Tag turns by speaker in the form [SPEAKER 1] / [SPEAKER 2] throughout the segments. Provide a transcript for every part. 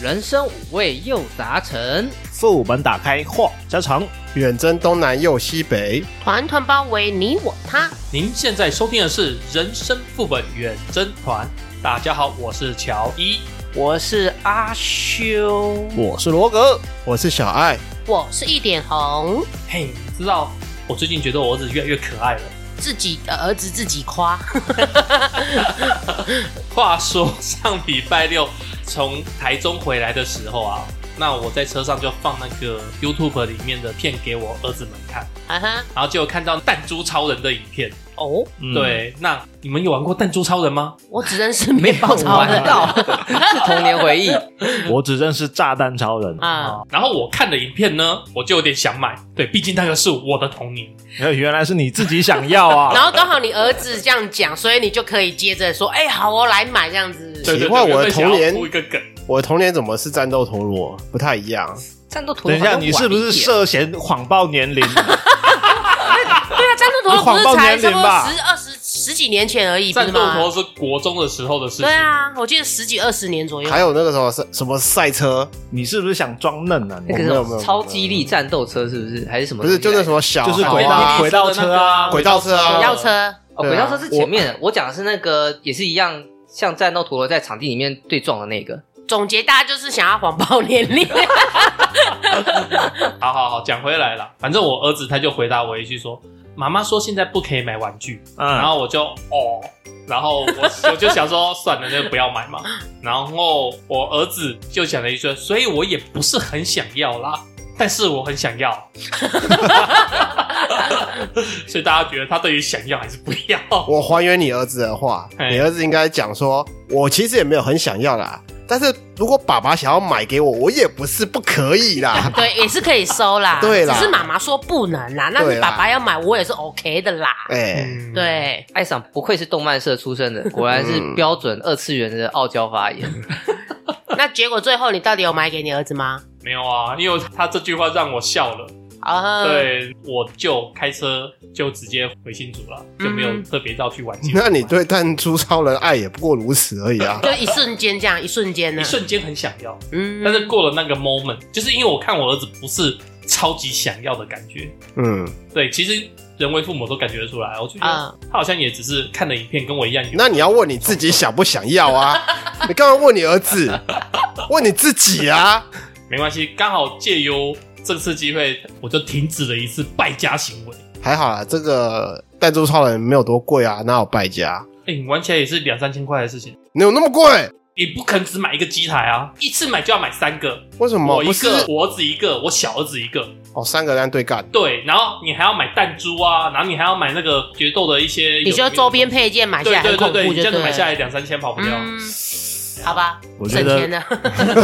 [SPEAKER 1] 人生五味又杂陈。
[SPEAKER 2] 副本打开话家常，
[SPEAKER 3] 远征东南又西北，
[SPEAKER 4] 团团包围你我他。
[SPEAKER 5] 您现在收听的是《人生副本远征团》，大家好，我是乔伊。
[SPEAKER 1] 我是阿修，
[SPEAKER 2] 我是罗格。
[SPEAKER 3] 我是小爱，
[SPEAKER 4] 我是一点红，
[SPEAKER 5] 嘿，你知道我最近觉得我儿子越来越可爱了。
[SPEAKER 4] 自己的儿子自己夸。
[SPEAKER 5] 话说上礼拜六从台中回来的时候啊，那我在车上就放那个 YouTube 里面的片给我儿子们看，
[SPEAKER 4] 啊哈，
[SPEAKER 5] 然后就有看到弹珠超人的影片。
[SPEAKER 4] 哦，
[SPEAKER 2] 嗯，
[SPEAKER 5] 对，那你们有玩过弹珠超人吗？
[SPEAKER 4] 我只认识面包超
[SPEAKER 1] 玩
[SPEAKER 4] 人
[SPEAKER 1] 到是童年回 忆。
[SPEAKER 2] 我只认识炸弹超人，
[SPEAKER 3] 嗯
[SPEAKER 4] 啊，
[SPEAKER 5] 然后我看了影片呢，我就有点想买。对，毕竟那个是我的童年。
[SPEAKER 2] 呃原来是你自己想要
[SPEAKER 4] 然
[SPEAKER 2] 啊！
[SPEAKER 4] 后刚好你儿子这样讲，所以你就可以接着说，哎、好哦，来买这样子。
[SPEAKER 5] 对对
[SPEAKER 3] 奇怪
[SPEAKER 5] 对，
[SPEAKER 3] 我的
[SPEAKER 5] 原本想要
[SPEAKER 3] 童年
[SPEAKER 5] 铺一个梗。
[SPEAKER 3] 我的童年怎么是战斗陀螺？不太一样。
[SPEAKER 4] 战斗陀
[SPEAKER 2] 等
[SPEAKER 4] 螺
[SPEAKER 2] 一下，
[SPEAKER 4] 好像晚一
[SPEAKER 2] 你
[SPEAKER 4] 点，
[SPEAKER 2] 是不是涉嫌谎报年龄？
[SPEAKER 4] 对啊，战斗陀螺不
[SPEAKER 2] 你谎
[SPEAKER 4] 是
[SPEAKER 2] 报
[SPEAKER 4] 才
[SPEAKER 2] 年龄
[SPEAKER 4] 差不
[SPEAKER 2] 吧
[SPEAKER 4] 多十二十十几年前而已，不
[SPEAKER 5] 战
[SPEAKER 4] 是
[SPEAKER 5] 斗陀
[SPEAKER 4] 吗？
[SPEAKER 5] 是国中的时候的事情。
[SPEAKER 4] 对啊，我记得十几二十年左右。
[SPEAKER 3] 还有那个什么是什么赛车，
[SPEAKER 2] 你是不是想装嫩啊？
[SPEAKER 1] 那
[SPEAKER 2] 你
[SPEAKER 1] 个
[SPEAKER 3] 没有
[SPEAKER 1] 什
[SPEAKER 3] 没
[SPEAKER 1] 么
[SPEAKER 3] 有
[SPEAKER 1] 超激励战斗车是不是？还是什么
[SPEAKER 3] 不
[SPEAKER 1] 东西来着？
[SPEAKER 3] 是就是什么小
[SPEAKER 2] 就是轨
[SPEAKER 3] 孩
[SPEAKER 2] 道
[SPEAKER 3] 啊
[SPEAKER 2] 轨道车啊
[SPEAKER 3] 轨道车啊
[SPEAKER 4] 要车，
[SPEAKER 1] 哦，
[SPEAKER 3] 对啊
[SPEAKER 1] 轨道车是前面的，我讲的是那个也是一样，像战斗陀螺在场地里面对撞的那个。
[SPEAKER 4] 总结大家就是想要谎报年龄。。
[SPEAKER 5] 好好好，讲回来了，反正我儿子他就回答我一句说：“妈妈说现在不可以买玩具。”然
[SPEAKER 2] 嗯，
[SPEAKER 5] 后我就哦，然后我我就想说算了，那就不要买嘛。 然后我儿子就讲了一句，所以我也不是很想要啦，但是我很想要。 所以大家觉得他对于想要还是不要？
[SPEAKER 3] 我还原你儿子的话，
[SPEAKER 5] 嘿
[SPEAKER 3] 你儿子应该讲说，我其实也没有很想要啦，但是如果爸爸想要买给我，我也不是不可以啦
[SPEAKER 4] 对，也是可以收啦。
[SPEAKER 3] 对啦
[SPEAKER 4] 只是妈妈说不能啦，那
[SPEAKER 3] 对
[SPEAKER 4] 是
[SPEAKER 3] 啦
[SPEAKER 4] 爸爸要买，我也是 OK 的啦。
[SPEAKER 3] 哎，
[SPEAKER 5] 嗯，
[SPEAKER 4] 对，
[SPEAKER 1] 艾桑不愧是动漫社出身 的，果然是
[SPEAKER 3] 嗯
[SPEAKER 1] 标准二次元的傲娇发 言。
[SPEAKER 4] 那结果最后你到底有买给你儿子吗？
[SPEAKER 5] 没有啊，因为他这句话让我笑了。
[SPEAKER 4] 啊，，
[SPEAKER 5] 对，我就开车就直接回新竹了，就没有
[SPEAKER 4] 嗯
[SPEAKER 5] 特别绕去玩。
[SPEAKER 3] 那你对弹珠超人爱也不过如此而已啊。
[SPEAKER 4] 就一瞬间这样，一瞬间呢
[SPEAKER 5] 一，瞬间很想要，
[SPEAKER 4] 嗯
[SPEAKER 5] 但是过了那个 moment，就是因为我看我儿子不是超级想要的感觉。
[SPEAKER 3] 嗯，
[SPEAKER 5] 对，其实人为父母都感觉得出来，我就觉得
[SPEAKER 4] 啊，
[SPEAKER 5] 他好像也只是看了影片跟我一样有。
[SPEAKER 3] 那你要问你自己想不想要啊？你干嘛问你儿子？问你自己啊？
[SPEAKER 5] 没关系，刚好借由这次机会，我就停止了一次败家行为。
[SPEAKER 3] 还好啊啦，这个弹珠超人没有多贵啊，哪有败家？
[SPEAKER 5] 哎、你玩起来也是两三千块的事情，
[SPEAKER 3] 你有那么贵？
[SPEAKER 5] 你不肯只买一个机台啊，一次买就要买三个，
[SPEAKER 3] 为什么
[SPEAKER 5] 我一
[SPEAKER 3] 不是？
[SPEAKER 5] 个，我儿子一个，我小儿子一个。
[SPEAKER 3] 哦，三个单对 干，
[SPEAKER 5] 对，然后你还要买弹珠啊，然后你还要买那个决斗的一些，
[SPEAKER 4] 你说周边。配件买下
[SPEAKER 5] 对
[SPEAKER 4] 来
[SPEAKER 5] 对
[SPEAKER 4] 很
[SPEAKER 5] 对
[SPEAKER 4] 恐
[SPEAKER 5] 对，
[SPEAKER 4] 怖，
[SPEAKER 5] 你
[SPEAKER 4] 就
[SPEAKER 5] 这样
[SPEAKER 4] 对
[SPEAKER 5] 子
[SPEAKER 4] 了
[SPEAKER 5] 买下来两三千跑不掉。
[SPEAKER 4] 嗯，好吧，
[SPEAKER 2] 我觉
[SPEAKER 4] 省钱
[SPEAKER 2] 得，
[SPEAKER 4] 的，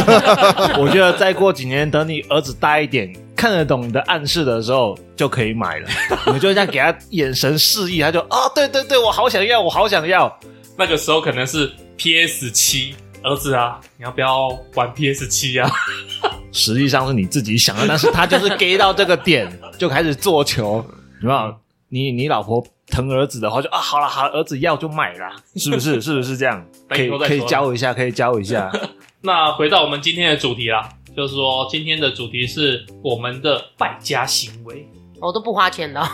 [SPEAKER 2] 我觉得再过几年，等你儿子大一点，看得懂你的暗示的时候，就可以买了。你就这样给他眼神示意，他就啊，对对对，我好想要，我好想要。
[SPEAKER 5] 那个时候可能是 PS 七，儿子啊，你要不要玩 PS 七啊？
[SPEAKER 2] 实际上是你自己想的，但是他就是 gay 到这个点，就开始做球，有没有？ 你你老婆疼儿子的话，就啊，好了好了，儿子要就买啦，是不是？ 是不是这样？
[SPEAKER 5] 那
[SPEAKER 2] 可
[SPEAKER 5] 以
[SPEAKER 2] 以
[SPEAKER 5] 后再
[SPEAKER 2] 可以
[SPEAKER 5] 说
[SPEAKER 2] 教一下， 可以教一下。
[SPEAKER 5] 那回到我们今天的主题啦，就是说今天的主题是我们的败家行为，
[SPEAKER 4] 我都不花钱的哦。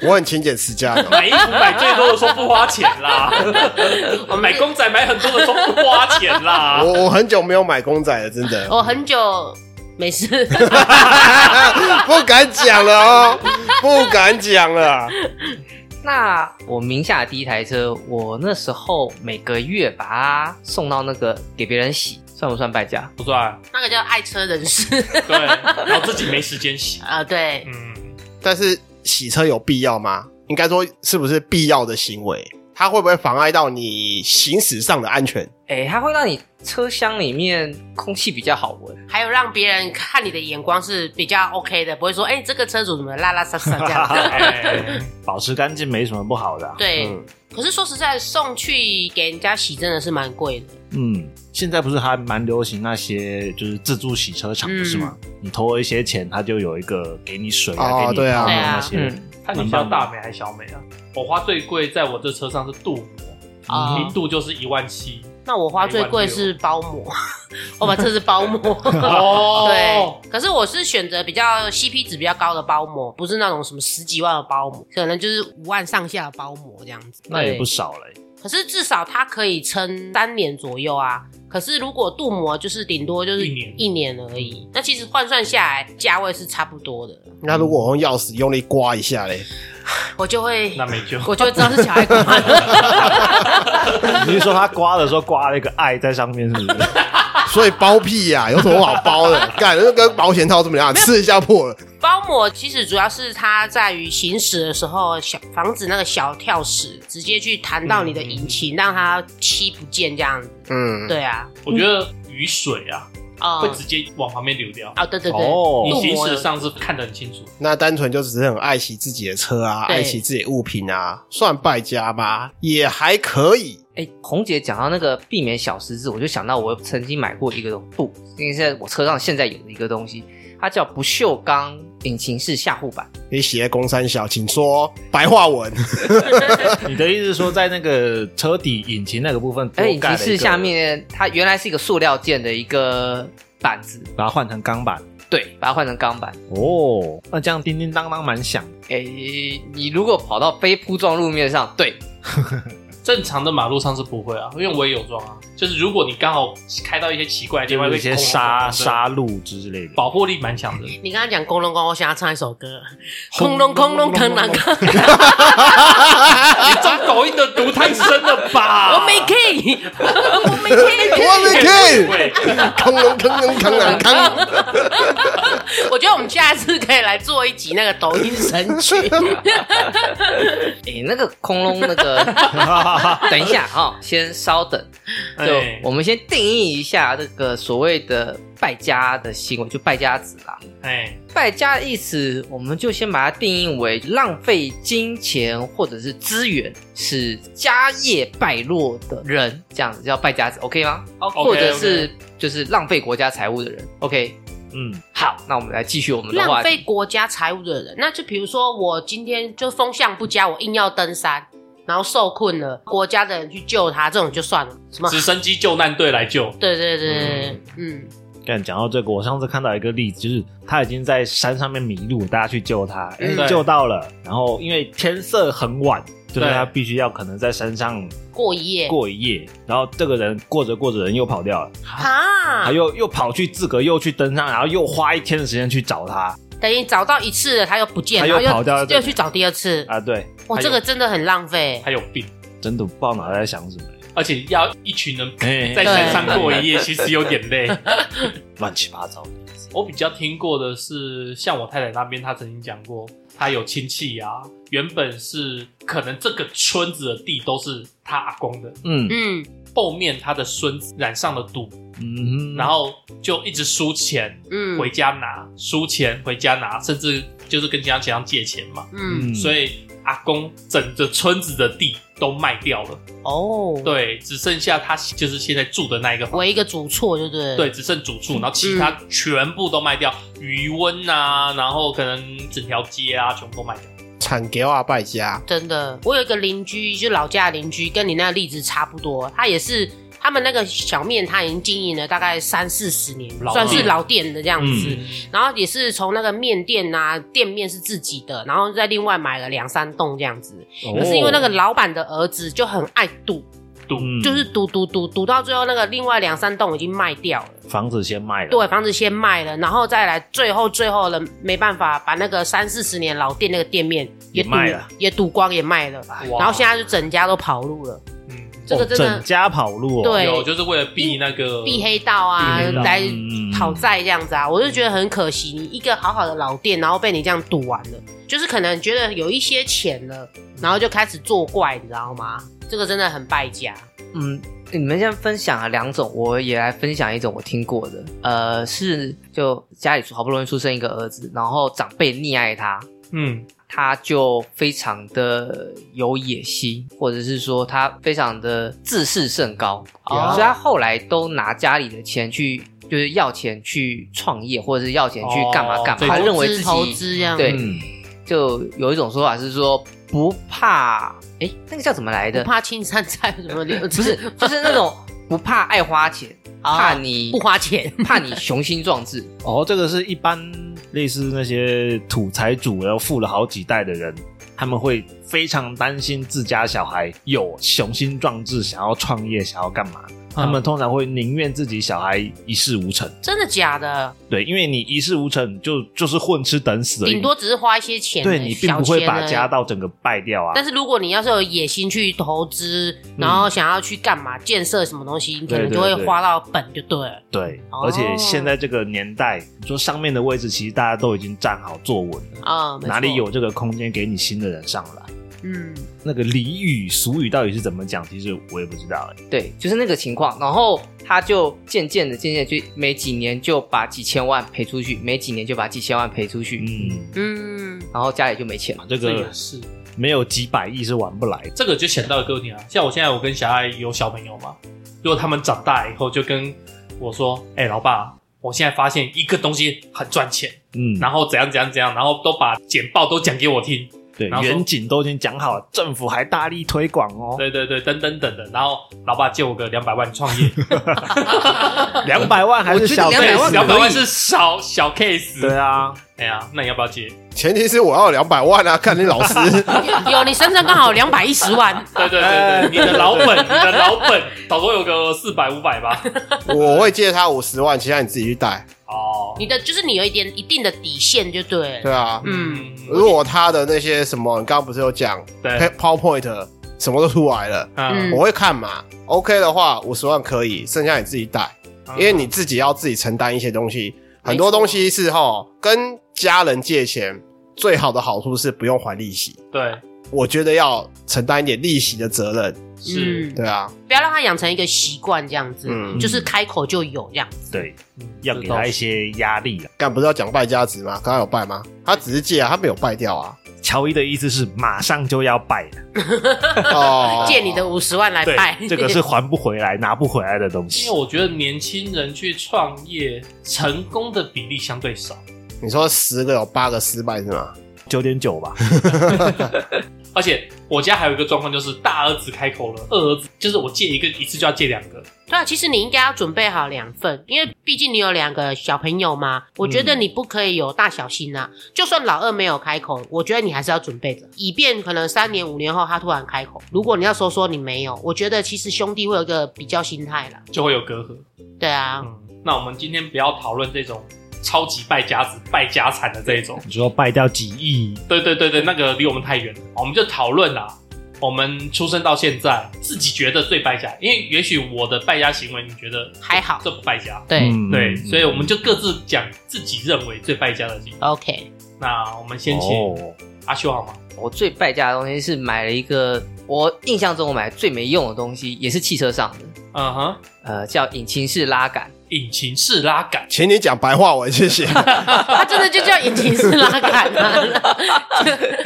[SPEAKER 3] 我我很勤俭持家的。
[SPEAKER 5] 买衣服买最多的说不花钱 啦，我买公仔买很多的说不花钱啦。
[SPEAKER 3] 我我很久没有买公仔了，真的，
[SPEAKER 4] 我很久没事，
[SPEAKER 3] 不敢讲了哦，不敢讲了。
[SPEAKER 1] 那我名下的第一台车，我那时候每个月把它送到那个给别人洗，算不算败家？
[SPEAKER 5] 不算，
[SPEAKER 4] 那个叫爱车人士
[SPEAKER 5] 对，然后自己没时间洗，
[SPEAKER 4] 啊，对，
[SPEAKER 5] 嗯，
[SPEAKER 3] 但是洗车有必要吗？应该说是不是必要的行为？它会不会妨碍到你行驶上的安全？
[SPEAKER 1] 哎，它会让你车厢里面空气比较好闻。
[SPEAKER 4] 还有让别人看你的眼光是比较 OK 的，不会说哎、这个车主怎么拉拉撒撒这 样。
[SPEAKER 5] 哎
[SPEAKER 2] 保持干净没什么不好的啊、
[SPEAKER 4] 对，
[SPEAKER 3] 嗯
[SPEAKER 4] 可是说实在，送去给人家洗真的是蛮贵的。
[SPEAKER 2] 嗯，现在不是还蛮流行那些就是自助洗车场，不是吗？你投了一些钱，他就有一个给你水啊，
[SPEAKER 3] 嗯哦
[SPEAKER 2] 给你
[SPEAKER 3] 对啊
[SPEAKER 2] 泡
[SPEAKER 4] 对啊
[SPEAKER 2] 那些。
[SPEAKER 1] 嗯，
[SPEAKER 5] 看你是要大美还是小美啊？我花最贵在我这车上是镀膜，
[SPEAKER 2] 嗯
[SPEAKER 4] 啊
[SPEAKER 5] 一镀就是一万七，
[SPEAKER 4] 那我花最贵是包膜， 我把车子包 膜。
[SPEAKER 5] 哦，
[SPEAKER 4] 对，可是我是选择比较 CP 值比较高的包膜，不是那种什么十几万的包膜，可能就是五万上下的包膜这样子。
[SPEAKER 2] 那也不少了欸、
[SPEAKER 4] 可是至少它可以撑三年左右啊。可是如果镀膜，就是顶多就是
[SPEAKER 5] 一年嗯
[SPEAKER 4] 一年而已。那其实换算下来，价位是差不多的。
[SPEAKER 3] 那如果我用钥匙用力刮一下嘞，
[SPEAKER 4] 我就会，
[SPEAKER 5] 那没救。
[SPEAKER 4] 我就会知道是小爱刮 的。
[SPEAKER 2] 你是说他刮的时候刮了一个爱在上面，是不是？
[SPEAKER 3] 所以包屁呀、 有什么好包的？ 干，就跟保险套这么样，吃一下破了。
[SPEAKER 4] 包膜其实主要是它在于行驶的时候，小防止那个小跳石直接去弹到你的引擎，让它漆不见这样子。
[SPEAKER 3] 嗯，
[SPEAKER 4] 对啊，
[SPEAKER 5] 我觉得雨水啊，
[SPEAKER 4] 啊、
[SPEAKER 5] 会直接往旁边流掉。
[SPEAKER 4] 啊，对对对，
[SPEAKER 2] 哦
[SPEAKER 5] 你
[SPEAKER 4] 镀
[SPEAKER 5] 行
[SPEAKER 4] 膜
[SPEAKER 5] 驶
[SPEAKER 4] 有
[SPEAKER 5] 上是看得很清楚，
[SPEAKER 3] 那单纯就只是很爱惜自己的车啊，
[SPEAKER 4] 对
[SPEAKER 3] 爱惜自己的物品啊，算败家吧，也还可以。
[SPEAKER 1] 哎，红姐讲到那个避免小失字，我就想到我曾经买过一个布，因为在我车上现在有的一个东西，它叫不锈钢引擎式下护板。
[SPEAKER 3] 你写公三小，请说白话 文。
[SPEAKER 2] 你的意思是说，在那个车底引擎那个部分，
[SPEAKER 1] 而
[SPEAKER 2] 多
[SPEAKER 1] 哎引
[SPEAKER 2] 盖了
[SPEAKER 1] 擎
[SPEAKER 2] 一个
[SPEAKER 1] 室下，面，它原来是一个塑料件的一个板子，
[SPEAKER 2] 把它换成钢板。
[SPEAKER 1] 对，把它换成钢板。
[SPEAKER 2] 哦，那这样叮叮当当蛮响。
[SPEAKER 1] 诶，你如果跑到非铺撞路面上，对，
[SPEAKER 5] 正常的马路上是不会啊，因为我也有装啊。就是如果你刚好开到一些奇怪的地
[SPEAKER 2] 就
[SPEAKER 5] 方，
[SPEAKER 2] 有一些沙
[SPEAKER 5] 会空
[SPEAKER 2] 沙路之类的。
[SPEAKER 5] 保护力蛮强的。
[SPEAKER 4] 你刚刚讲空隆空，我想要唱一首歌，空隆空隆空啷啷，
[SPEAKER 5] 你这狗音的毒太深了吧？
[SPEAKER 4] 我没 K，我没 K。
[SPEAKER 3] 我们可
[SPEAKER 5] 对，
[SPEAKER 3] 以，坑隆坑隆坑隆坑。
[SPEAKER 4] 我觉得我们下次可以来做一集那个抖音神曲，
[SPEAKER 1] 诶，哎那个空笼那个， 等一下哈、先稍等，就
[SPEAKER 5] 哎
[SPEAKER 1] 我们先定义一下这个所谓的败家的行为，就败家子啦。
[SPEAKER 5] 哎，
[SPEAKER 1] 败家的意思，我们就先把它定义为浪费金钱或者是资源，使家业败落的人，这样子叫败家子，OK 吗
[SPEAKER 5] OK，
[SPEAKER 1] 或者是就是浪费国家财物的人，OK。
[SPEAKER 2] 嗯，
[SPEAKER 1] 好，那我们来继续我们的话
[SPEAKER 4] 浪
[SPEAKER 1] 题。
[SPEAKER 4] 费国家财物的人。那就比如说，我今天就风向不佳，我硬要登山，然后受困了，国家的人去救他，这种就算了。什么？
[SPEAKER 5] 直升机救难队来救，
[SPEAKER 4] 对对对对，嗯，
[SPEAKER 2] 干讲到这个，我上次看到一个例子，就是他已经在山上面迷路，大家去救他，哎、
[SPEAKER 5] 对
[SPEAKER 2] 救到了。然后因为天色很晚，就是
[SPEAKER 5] 对
[SPEAKER 2] 他必须要可能在山上
[SPEAKER 4] 过一夜
[SPEAKER 2] 过一夜。然后这个人过着过着，人又跑掉了，
[SPEAKER 4] 啊
[SPEAKER 2] 他，又又跑去自个又去登山，然后又花一天的时间去找他
[SPEAKER 4] 等于找到一次了，他又不见
[SPEAKER 2] 他
[SPEAKER 4] 了，
[SPEAKER 2] 又
[SPEAKER 4] 然后
[SPEAKER 2] 跑掉了
[SPEAKER 4] 又去找第二次。
[SPEAKER 2] 啊。对，
[SPEAKER 4] 哇，
[SPEAKER 5] 哎还
[SPEAKER 4] 这
[SPEAKER 5] 有
[SPEAKER 4] 个真的很浪费。
[SPEAKER 5] 他有病，
[SPEAKER 2] 真的不知道脑袋在想什么，
[SPEAKER 5] 而且要一群人
[SPEAKER 2] 哎
[SPEAKER 5] 在山上过一夜，其实有点累。
[SPEAKER 2] 乱七八糟。
[SPEAKER 5] 我比较听过的是，像我太太那边，她曾经讲过，她有亲戚啊，原本是可能这个村子的地都是她阿公的，
[SPEAKER 2] 嗯
[SPEAKER 4] 嗯
[SPEAKER 5] 后面她的孙子染上了毒，
[SPEAKER 2] 嗯哼，
[SPEAKER 5] 然后就一直输钱
[SPEAKER 4] 嗯，
[SPEAKER 5] 回家拿，输钱回家拿，甚至就是跟其他钱上借钱嘛，
[SPEAKER 4] 嗯
[SPEAKER 5] 所以阿公整个村子的地都卖掉了，
[SPEAKER 4] 哦，
[SPEAKER 5] 对，只剩下他就是现在住的那一个房
[SPEAKER 4] 为一个主错，对不对？
[SPEAKER 5] 对，，嗯只剩主处，然后其他全部都卖掉，余温啊，然后可能整条街啊，全部都卖掉。
[SPEAKER 3] 惨给啊败家，
[SPEAKER 4] 真的，我有一个邻居，就老家的邻居，跟你那个例子差不多，他也是。他们那个小面摊已经经营了大概三四十年，
[SPEAKER 5] 老
[SPEAKER 4] 算是
[SPEAKER 5] 店
[SPEAKER 4] 老店的这样子。
[SPEAKER 5] 嗯，
[SPEAKER 4] 然后也是从那个面店啊，店面是自己的，然后再另外买了两三栋这样子。
[SPEAKER 5] 哦
[SPEAKER 2] 哦
[SPEAKER 4] 可是因为那个老板的儿子就很爱赌，
[SPEAKER 5] 赌
[SPEAKER 2] 嗯
[SPEAKER 4] 就是赌赌赌赌到最后，那个另外两三栋已经卖掉了。
[SPEAKER 2] 房子先卖了，
[SPEAKER 4] 对，房子先卖了，然后再来最后最后了，没办法把那个三四十年老店那个店面
[SPEAKER 2] 也
[SPEAKER 4] 也赌
[SPEAKER 2] 卖了，
[SPEAKER 4] 也赌光也卖了，
[SPEAKER 5] 哇
[SPEAKER 4] 然后现在就整家都跑路了，
[SPEAKER 5] 嗯
[SPEAKER 4] 这个
[SPEAKER 2] 哦
[SPEAKER 4] 真的
[SPEAKER 2] 整家跑路哦。
[SPEAKER 4] 对
[SPEAKER 5] 有就是为了避那
[SPEAKER 2] 呃
[SPEAKER 5] 个
[SPEAKER 4] 避黑道啊，
[SPEAKER 5] 避黑道
[SPEAKER 4] 来
[SPEAKER 2] 嗯
[SPEAKER 4] 讨债这样子啊，我就觉得很可惜，你一个好好的老店，然后被你这样赌完了，就是可能觉得有一些钱了，然后就开始作怪，你知道吗？这个真的很败家，
[SPEAKER 1] 嗯，你们现在分享了两种，我也来分享一种我听过的。呃，是就家里好不容易出生一个儿子，然后长辈溺爱他，
[SPEAKER 5] 嗯
[SPEAKER 1] 他就非常的有野心，或者是说他非常的自视甚高，啊
[SPEAKER 5] 哦
[SPEAKER 1] 所以他后来都拿家里的钱去。就是要钱去创业，或者是要钱去干嘛
[SPEAKER 5] 哦
[SPEAKER 1] 干嘛，
[SPEAKER 5] 对
[SPEAKER 1] 他认为
[SPEAKER 4] 投
[SPEAKER 1] 自己
[SPEAKER 4] 资投资这样，
[SPEAKER 1] 对
[SPEAKER 2] 嗯，
[SPEAKER 1] 就有一种说法是说不怕，哎，那个叫什么来
[SPEAKER 4] 不
[SPEAKER 1] 着？
[SPEAKER 4] 怕青山在什么流，
[SPEAKER 1] 不是，就是那种不怕爱花钱，怕你
[SPEAKER 4] 啊不花钱，
[SPEAKER 1] 怕你雄心壮志。
[SPEAKER 2] 哦，这个是一般类似那些土财主，然后富了好几代的人，他们会非常担心自家小孩有雄心壮志，想要创业，想要干嘛。他们通常会宁愿自己小孩一事无成，
[SPEAKER 4] 真的假的？
[SPEAKER 2] 对，因为你一事无成，就就是混吃等死而已
[SPEAKER 4] 顶多只是花一些钱而已，
[SPEAKER 2] 对你并
[SPEAKER 4] 小
[SPEAKER 2] 不会
[SPEAKER 4] 钱
[SPEAKER 2] 把
[SPEAKER 4] 而已
[SPEAKER 2] 家道整个败掉啊。
[SPEAKER 4] 但是如果你要是有野心去投资，然
[SPEAKER 2] 嗯
[SPEAKER 4] 后想要去干嘛、建设什么东西，你可能就会花到本就对了。
[SPEAKER 2] 对，
[SPEAKER 4] 哦
[SPEAKER 2] 而且现在这个年代，你说上面的位置其实大家都已经站好坐稳了，
[SPEAKER 4] 啊、没错
[SPEAKER 2] 哪里？有这个空间给你新的人上来？
[SPEAKER 4] 嗯，
[SPEAKER 2] 那个俚语俗语到底是怎么讲？其实我也不知道、欸。
[SPEAKER 1] 对，就是那个情况。然后他就渐渐的、渐渐地就每几年就把几千万赔出去，每几年就把几千万赔出去，
[SPEAKER 2] 嗯，
[SPEAKER 4] 嗯，
[SPEAKER 1] 然后家里就没钱了。
[SPEAKER 2] 这
[SPEAKER 5] 这
[SPEAKER 2] 个
[SPEAKER 5] 也是。
[SPEAKER 2] 没有几百亿是玩不来的。
[SPEAKER 5] 这个就想到一个问题啊，像我现在我跟小爱有小朋友嘛，如果他们长大以后就跟我说，哎、老爸，我现在发现一个东西很赚钱，
[SPEAKER 2] 嗯，
[SPEAKER 5] 然后怎样怎样怎样，然后都把简报都讲给我听，
[SPEAKER 2] 对，
[SPEAKER 5] 然后
[SPEAKER 2] 远景都已经讲好了，政府还大力推广哦，
[SPEAKER 5] 对对对，等等等等的，然后老爸借我个两百万创业，
[SPEAKER 2] 两百万还是小
[SPEAKER 1] 我觉得
[SPEAKER 5] 对
[SPEAKER 2] 费
[SPEAKER 1] 200，万
[SPEAKER 5] 两百
[SPEAKER 1] 可
[SPEAKER 5] 万
[SPEAKER 1] 以
[SPEAKER 5] 是小小 case，
[SPEAKER 2] 对，啊，
[SPEAKER 5] 哎呀，那你要不要借？
[SPEAKER 3] 前提是我要两百万啊！看你 老师，
[SPEAKER 4] 有你身上刚好两百一十万，
[SPEAKER 5] 对对对对，你的老本，你的老本，少说有个四百五百吧。
[SPEAKER 3] 我会借他五十万，其他你自己去贷。
[SPEAKER 5] 哦，
[SPEAKER 4] 你的就是你有一点一定的底线就对了。
[SPEAKER 3] 对啊，
[SPEAKER 4] 嗯，
[SPEAKER 3] 如果他的那些什么，你刚刚不是有讲
[SPEAKER 5] 对，
[SPEAKER 3] PowerPoint 什么都出来了，
[SPEAKER 5] 嗯，
[SPEAKER 4] 哎嗯
[SPEAKER 3] 我会看嘛。OK 的话，五十万可以，剩下你自己带，
[SPEAKER 4] 嗯
[SPEAKER 3] 因为你自己要自己承担一些东西。很多东西是哈，跟家人借钱最好的好处是不用还利息。
[SPEAKER 5] 对，
[SPEAKER 3] 我觉得要承担一点利息的责任，
[SPEAKER 5] 是，
[SPEAKER 3] 对啊，
[SPEAKER 4] 嗯不要让他养成一个习惯，这样子，
[SPEAKER 3] 嗯
[SPEAKER 4] 就是开口就有这样子。
[SPEAKER 2] 对，
[SPEAKER 5] 嗯
[SPEAKER 2] 要给他一，些压力啊。
[SPEAKER 3] 干不是要讲败家子吗？刚刚有败吗？他只是借啊，他没有败掉 啊。
[SPEAKER 2] 乔伊的意思是马上就要败了，
[SPEAKER 3] 哦，
[SPEAKER 4] 借你的五十万来
[SPEAKER 2] 对
[SPEAKER 4] 拜，，
[SPEAKER 2] 这个是还不回来、拿不回来的东
[SPEAKER 5] 因
[SPEAKER 2] 西
[SPEAKER 5] 为。我觉得年轻人去创业成功的比例相对少，
[SPEAKER 3] 你说十个有八个失败是吗？
[SPEAKER 2] 九点九吧，
[SPEAKER 5] 而且我家还有一个状况就是大儿子开口了，二儿子就是我借一个一次就要借两个，
[SPEAKER 4] 对啊，其实你应该要准备好两份，因为毕竟你有两个小朋友嘛。我觉得你不可以有大小心呐、啊就算老二没有开口，我觉得你还是要准备着，以便可能三年五年后他突然开口。如果你要说说你没有，我觉得其实兄弟会有一个比较心态啦。
[SPEAKER 5] 就会有隔阂。
[SPEAKER 4] 对啊，
[SPEAKER 5] 嗯，那我们今天不要讨论这种超级败家子、败家产的这一种。
[SPEAKER 2] 你说败掉几亿，
[SPEAKER 5] 对对对对，那个离我们太远了，我们就讨论啦。我们出生到现在，自己觉得最败家，因为也许我的败家行为，你觉得
[SPEAKER 4] 还好
[SPEAKER 5] 这不败家，
[SPEAKER 4] 对、
[SPEAKER 2] 嗯
[SPEAKER 5] 对，
[SPEAKER 2] 嗯
[SPEAKER 5] 所以我们就各自讲自己认为最败家的行为。
[SPEAKER 4] o k
[SPEAKER 5] 那我们先请
[SPEAKER 2] 哦，
[SPEAKER 5] 阿修好吗？
[SPEAKER 1] 我最败家的东西是买了一个，我印象中我买最没用的东西，也是汽车上的，
[SPEAKER 5] 嗯哼，
[SPEAKER 1] 呃，叫引擎式拉杆。
[SPEAKER 5] 引擎式拉 杆，
[SPEAKER 3] 请你讲白话文，谢 谢。
[SPEAKER 4] 他真的就叫引擎式拉杆啊，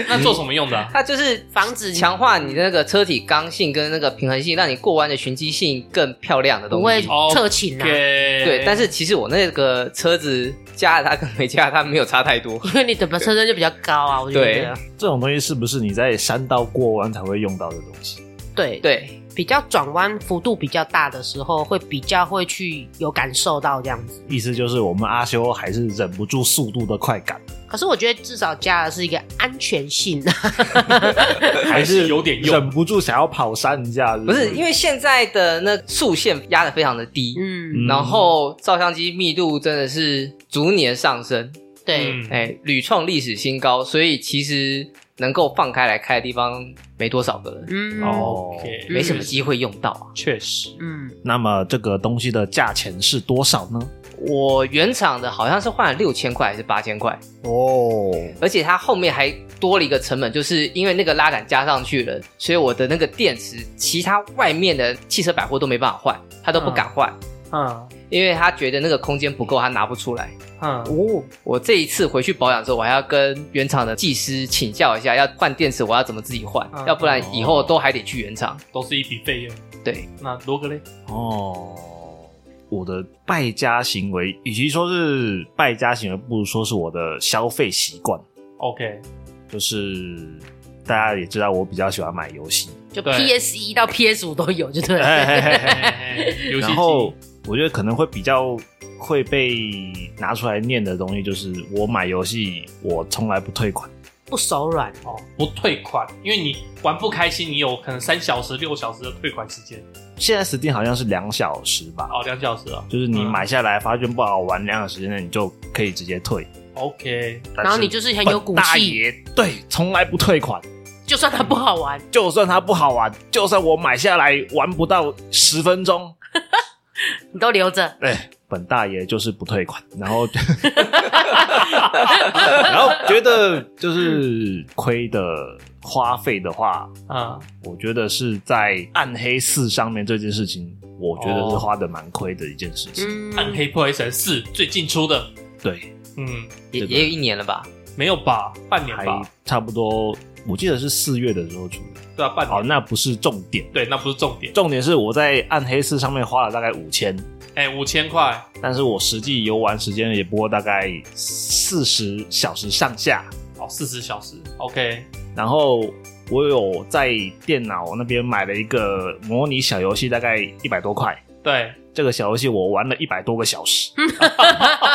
[SPEAKER 5] 那做什么用 的啊、
[SPEAKER 1] 它就是
[SPEAKER 4] 防止
[SPEAKER 1] 强化你的那个车体刚性跟那个平衡性，让你过弯的循迹性更漂亮的东
[SPEAKER 4] 不
[SPEAKER 1] 西。
[SPEAKER 4] 会
[SPEAKER 5] 哦
[SPEAKER 4] 侧倾啊。
[SPEAKER 5] 给
[SPEAKER 1] 对，但是其实我那个车子加了它跟没加它没有差太多。
[SPEAKER 4] 因为你的车身就比较高啊，我觉得
[SPEAKER 2] 这种东西是不是你在山道过弯才会用到的东西？
[SPEAKER 4] 对
[SPEAKER 1] 对，
[SPEAKER 4] 比较转弯幅度比较大的时候，会比较会去有感受到这样子。
[SPEAKER 2] 意思就是我们阿修还是忍不住速度的快感，
[SPEAKER 4] 可是我觉得至少加的是一个安全性， 啊
[SPEAKER 5] 还是有点
[SPEAKER 2] 忍
[SPEAKER 5] 用。
[SPEAKER 2] 不住想要跑山一下。
[SPEAKER 1] 不是因
[SPEAKER 2] 为
[SPEAKER 1] 为现在的那速线压的非常的低，
[SPEAKER 4] 嗯，
[SPEAKER 1] 然后照相机密度真的是逐年上升，
[SPEAKER 4] 对，
[SPEAKER 5] 嗯，
[SPEAKER 1] 哎，屡创历史新高，所以其实能够放开来开的地方没多少个人，
[SPEAKER 4] 嗯，
[SPEAKER 2] 哦，
[SPEAKER 5] OK，
[SPEAKER 1] 哎没什么机会用到啊。
[SPEAKER 5] 确实，
[SPEAKER 4] 嗯，
[SPEAKER 2] 那么这个东西的价钱是多少呢？
[SPEAKER 1] 我原厂的好像是换了六千块还是八千块，
[SPEAKER 3] 哦，
[SPEAKER 1] 而且它后面还多了一个成本，就是因为那个拉杆加上去了，所以我的那个电池，其他外面的汽车百货都没办法换，他都不敢换，
[SPEAKER 5] 嗯
[SPEAKER 1] 因为他觉得那个空间不够，他拿不出来。
[SPEAKER 5] 嗯，
[SPEAKER 1] 哦，我这一次回去保养之后，我还要跟原厂的技师请教一下，要换电池我要怎么自己换，
[SPEAKER 5] 嗯
[SPEAKER 1] 要不然以后都还得去原厂。
[SPEAKER 5] 都是一笔费用。
[SPEAKER 1] 对，
[SPEAKER 5] 那罗格嘞？
[SPEAKER 2] 哦，我的败家行为，与其说是败家行为，不如说是我的消费习惯。
[SPEAKER 5] OK，
[SPEAKER 2] 就是大 家也知道，我比较喜欢买游戏，
[SPEAKER 4] 就
[SPEAKER 5] 对
[SPEAKER 4] PS 一到 PS 五都有，就对了。
[SPEAKER 2] 嘿嘿嘿
[SPEAKER 5] 嘿
[SPEAKER 2] 嘿
[SPEAKER 5] 嘿游戏
[SPEAKER 2] 然
[SPEAKER 5] 机
[SPEAKER 2] 后我觉得可能会比较会被拿出来念的东西，就是我买游戏我从来不退款。
[SPEAKER 4] 不手软，
[SPEAKER 5] 哦，不退款，因为你玩不开心，你有可能三小时、六小时的退款时间，
[SPEAKER 2] 现在 Steam 好像是两小时吧，
[SPEAKER 5] 哦，两小时啊
[SPEAKER 2] 就是你
[SPEAKER 5] 嗯
[SPEAKER 2] 买下来发现不好玩，两小时之内你就可以直接退。
[SPEAKER 5] ，OK，
[SPEAKER 4] 然后你就是很有
[SPEAKER 2] 本
[SPEAKER 4] 骨
[SPEAKER 2] 大
[SPEAKER 4] 气，
[SPEAKER 2] 爷对，从来不退款，
[SPEAKER 4] 就算它不好玩，
[SPEAKER 2] 就算它不好玩，就算我买下来玩不到十分钟，
[SPEAKER 4] 你都留着。
[SPEAKER 2] 哎，本大爷就是不退 款，然后，然后觉得就是亏的花费的话，
[SPEAKER 5] 啊、
[SPEAKER 2] 我觉得是在暗黑四上面这件事情，我觉得是花的蛮亏的一件事情。
[SPEAKER 4] 嗯，
[SPEAKER 5] 暗黑破坏神四最近出的，
[SPEAKER 2] 对，
[SPEAKER 5] 嗯，
[SPEAKER 1] 也
[SPEAKER 2] 这个
[SPEAKER 1] 也有一年了吧？
[SPEAKER 5] 没有吧，半年
[SPEAKER 2] 还
[SPEAKER 5] 吧，
[SPEAKER 2] 差不多，我记得是四月的时候出的。
[SPEAKER 5] 对啊，半
[SPEAKER 2] 好，
[SPEAKER 5] 年，
[SPEAKER 2] 那不是重点，
[SPEAKER 5] 对，那不是重点，
[SPEAKER 2] 重点是我在暗黑四上面花了大概五千，
[SPEAKER 5] 哎，五千块，
[SPEAKER 2] 但是我实际游玩时间也不过大概四十小时上下。
[SPEAKER 5] 哦，四十小时，OK，
[SPEAKER 2] 然后我有在电脑那边买了一个模拟小游戏，大概一百多块。
[SPEAKER 5] 对，
[SPEAKER 2] 这个小游戏我玩了一百多个小时，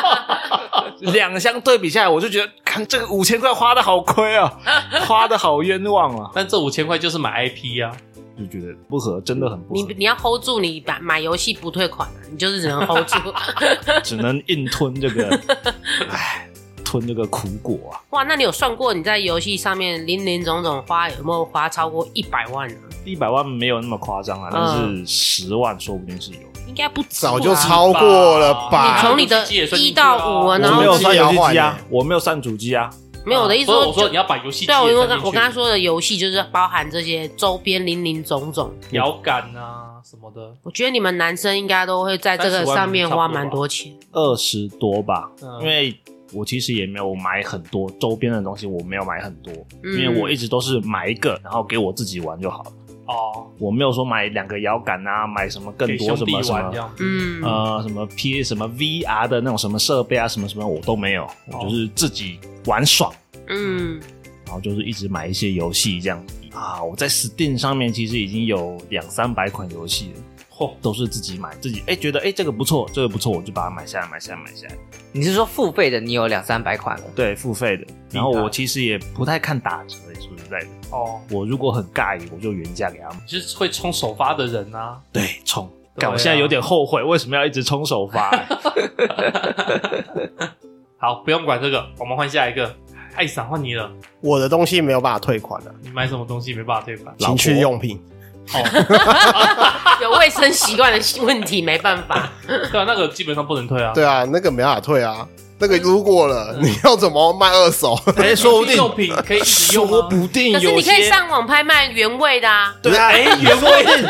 [SPEAKER 2] 两相对比下来，我就觉得，看这个五千块花的好亏 啊，花的好冤枉啊，
[SPEAKER 5] 但这五千块就是买 IP 啊，
[SPEAKER 2] 就觉得不合，真的很不
[SPEAKER 4] 你
[SPEAKER 2] 合，
[SPEAKER 4] 你要 hold 住，你买买游戏不退款啊，你就是只能 hold 住。
[SPEAKER 2] 只能硬吞这 个，唉，吞这个苦果啊。
[SPEAKER 4] 哇，那你有算过你在游戏上面零零总总花有没有花超过一百万啊呢、
[SPEAKER 2] 一百万没有那么夸张啊，
[SPEAKER 4] 嗯
[SPEAKER 2] 但是十万说不定是有。
[SPEAKER 4] 应该不止吧
[SPEAKER 3] 早就超过了
[SPEAKER 5] 吧
[SPEAKER 4] 你
[SPEAKER 3] 吧？
[SPEAKER 4] 从你的
[SPEAKER 5] 游戏机也算进
[SPEAKER 4] 一
[SPEAKER 5] 去啊
[SPEAKER 4] 到五啊，
[SPEAKER 2] 我
[SPEAKER 3] 我
[SPEAKER 4] 然
[SPEAKER 3] 脑
[SPEAKER 2] 没有
[SPEAKER 4] 后
[SPEAKER 3] 筋
[SPEAKER 2] 算游
[SPEAKER 3] 摇
[SPEAKER 2] 戏
[SPEAKER 3] 晃
[SPEAKER 2] 机啊
[SPEAKER 3] 耶，
[SPEAKER 2] 我没有算主机啊，
[SPEAKER 4] 没有我的意思
[SPEAKER 5] 所以
[SPEAKER 4] 说，
[SPEAKER 5] 我说你要把游戏机
[SPEAKER 4] 对啊，我
[SPEAKER 5] 也
[SPEAKER 4] 我
[SPEAKER 5] 算进
[SPEAKER 4] 刚我
[SPEAKER 5] 去
[SPEAKER 4] 刚刚说的游戏就是包含这些周边零零总总。
[SPEAKER 5] 摇杆啊什么的，
[SPEAKER 4] 我觉得你们男生应该都会在这个
[SPEAKER 5] 30万
[SPEAKER 4] 上面
[SPEAKER 5] 差不多
[SPEAKER 4] 花
[SPEAKER 5] 吧
[SPEAKER 4] 蛮多钱，
[SPEAKER 2] 二十多吧，
[SPEAKER 5] 嗯
[SPEAKER 2] 因为我其实也没有买很多周边的东西，我没有买很多，因
[SPEAKER 4] 嗯
[SPEAKER 2] 为我一直都是买一个，然后给我自己玩就好了，
[SPEAKER 5] 哦，
[SPEAKER 2] 我没有说买两个摇杆啊，买什么更
[SPEAKER 5] 给
[SPEAKER 2] 多
[SPEAKER 5] 兄
[SPEAKER 2] 什
[SPEAKER 5] 弟
[SPEAKER 2] 么什
[SPEAKER 5] 玩这
[SPEAKER 2] 么。
[SPEAKER 5] 样子，
[SPEAKER 4] 嗯，
[SPEAKER 2] 呃，什么 P 什么 VR 的那种什么设备啊，什么什么我都没有，
[SPEAKER 5] 哦
[SPEAKER 2] 我就是自己玩爽，
[SPEAKER 4] 嗯，
[SPEAKER 2] 然后就是一直买一些游戏这样啊。我在 Steam 上面其实已经有两三百款游戏了，
[SPEAKER 5] 嚯，
[SPEAKER 2] 都是自己买，自己哎、觉得哎、这个不错，这个不错，我就把它买下来，买下来，买下来。
[SPEAKER 1] 你是说付费的，你有两三百款了？
[SPEAKER 2] 对，付费的。然后我其实也不太看打折，说实在的，
[SPEAKER 5] 哦，
[SPEAKER 2] 我如果很尬意，我就原价给他们。
[SPEAKER 5] 你是会冲首发的人啊，
[SPEAKER 2] 对，冲！
[SPEAKER 5] 对啊
[SPEAKER 2] 但我现在有点后悔，为什么要一直冲首发、
[SPEAKER 5] 好，不用管这个，我们换下一个，艾桑换你了，
[SPEAKER 3] 我的东西没有办法退款了，
[SPEAKER 5] 你买什么东西没办法退款？
[SPEAKER 3] 情趣用品。
[SPEAKER 5] 哦，
[SPEAKER 4] 有卫生习惯的问题没办法，
[SPEAKER 5] 对啊，那个基本上不能退啊，
[SPEAKER 3] 对啊，那个没办法退啊，那个如果了，你要怎么卖二 手？
[SPEAKER 2] 哎、说不定，
[SPEAKER 5] 用品可以一直用
[SPEAKER 2] 说
[SPEAKER 5] 啊，
[SPEAKER 2] 不定
[SPEAKER 4] 可是
[SPEAKER 2] 有
[SPEAKER 4] 你可以
[SPEAKER 2] 些
[SPEAKER 4] 上网拍卖原味的啊。
[SPEAKER 2] 对啊，哎、也说不定，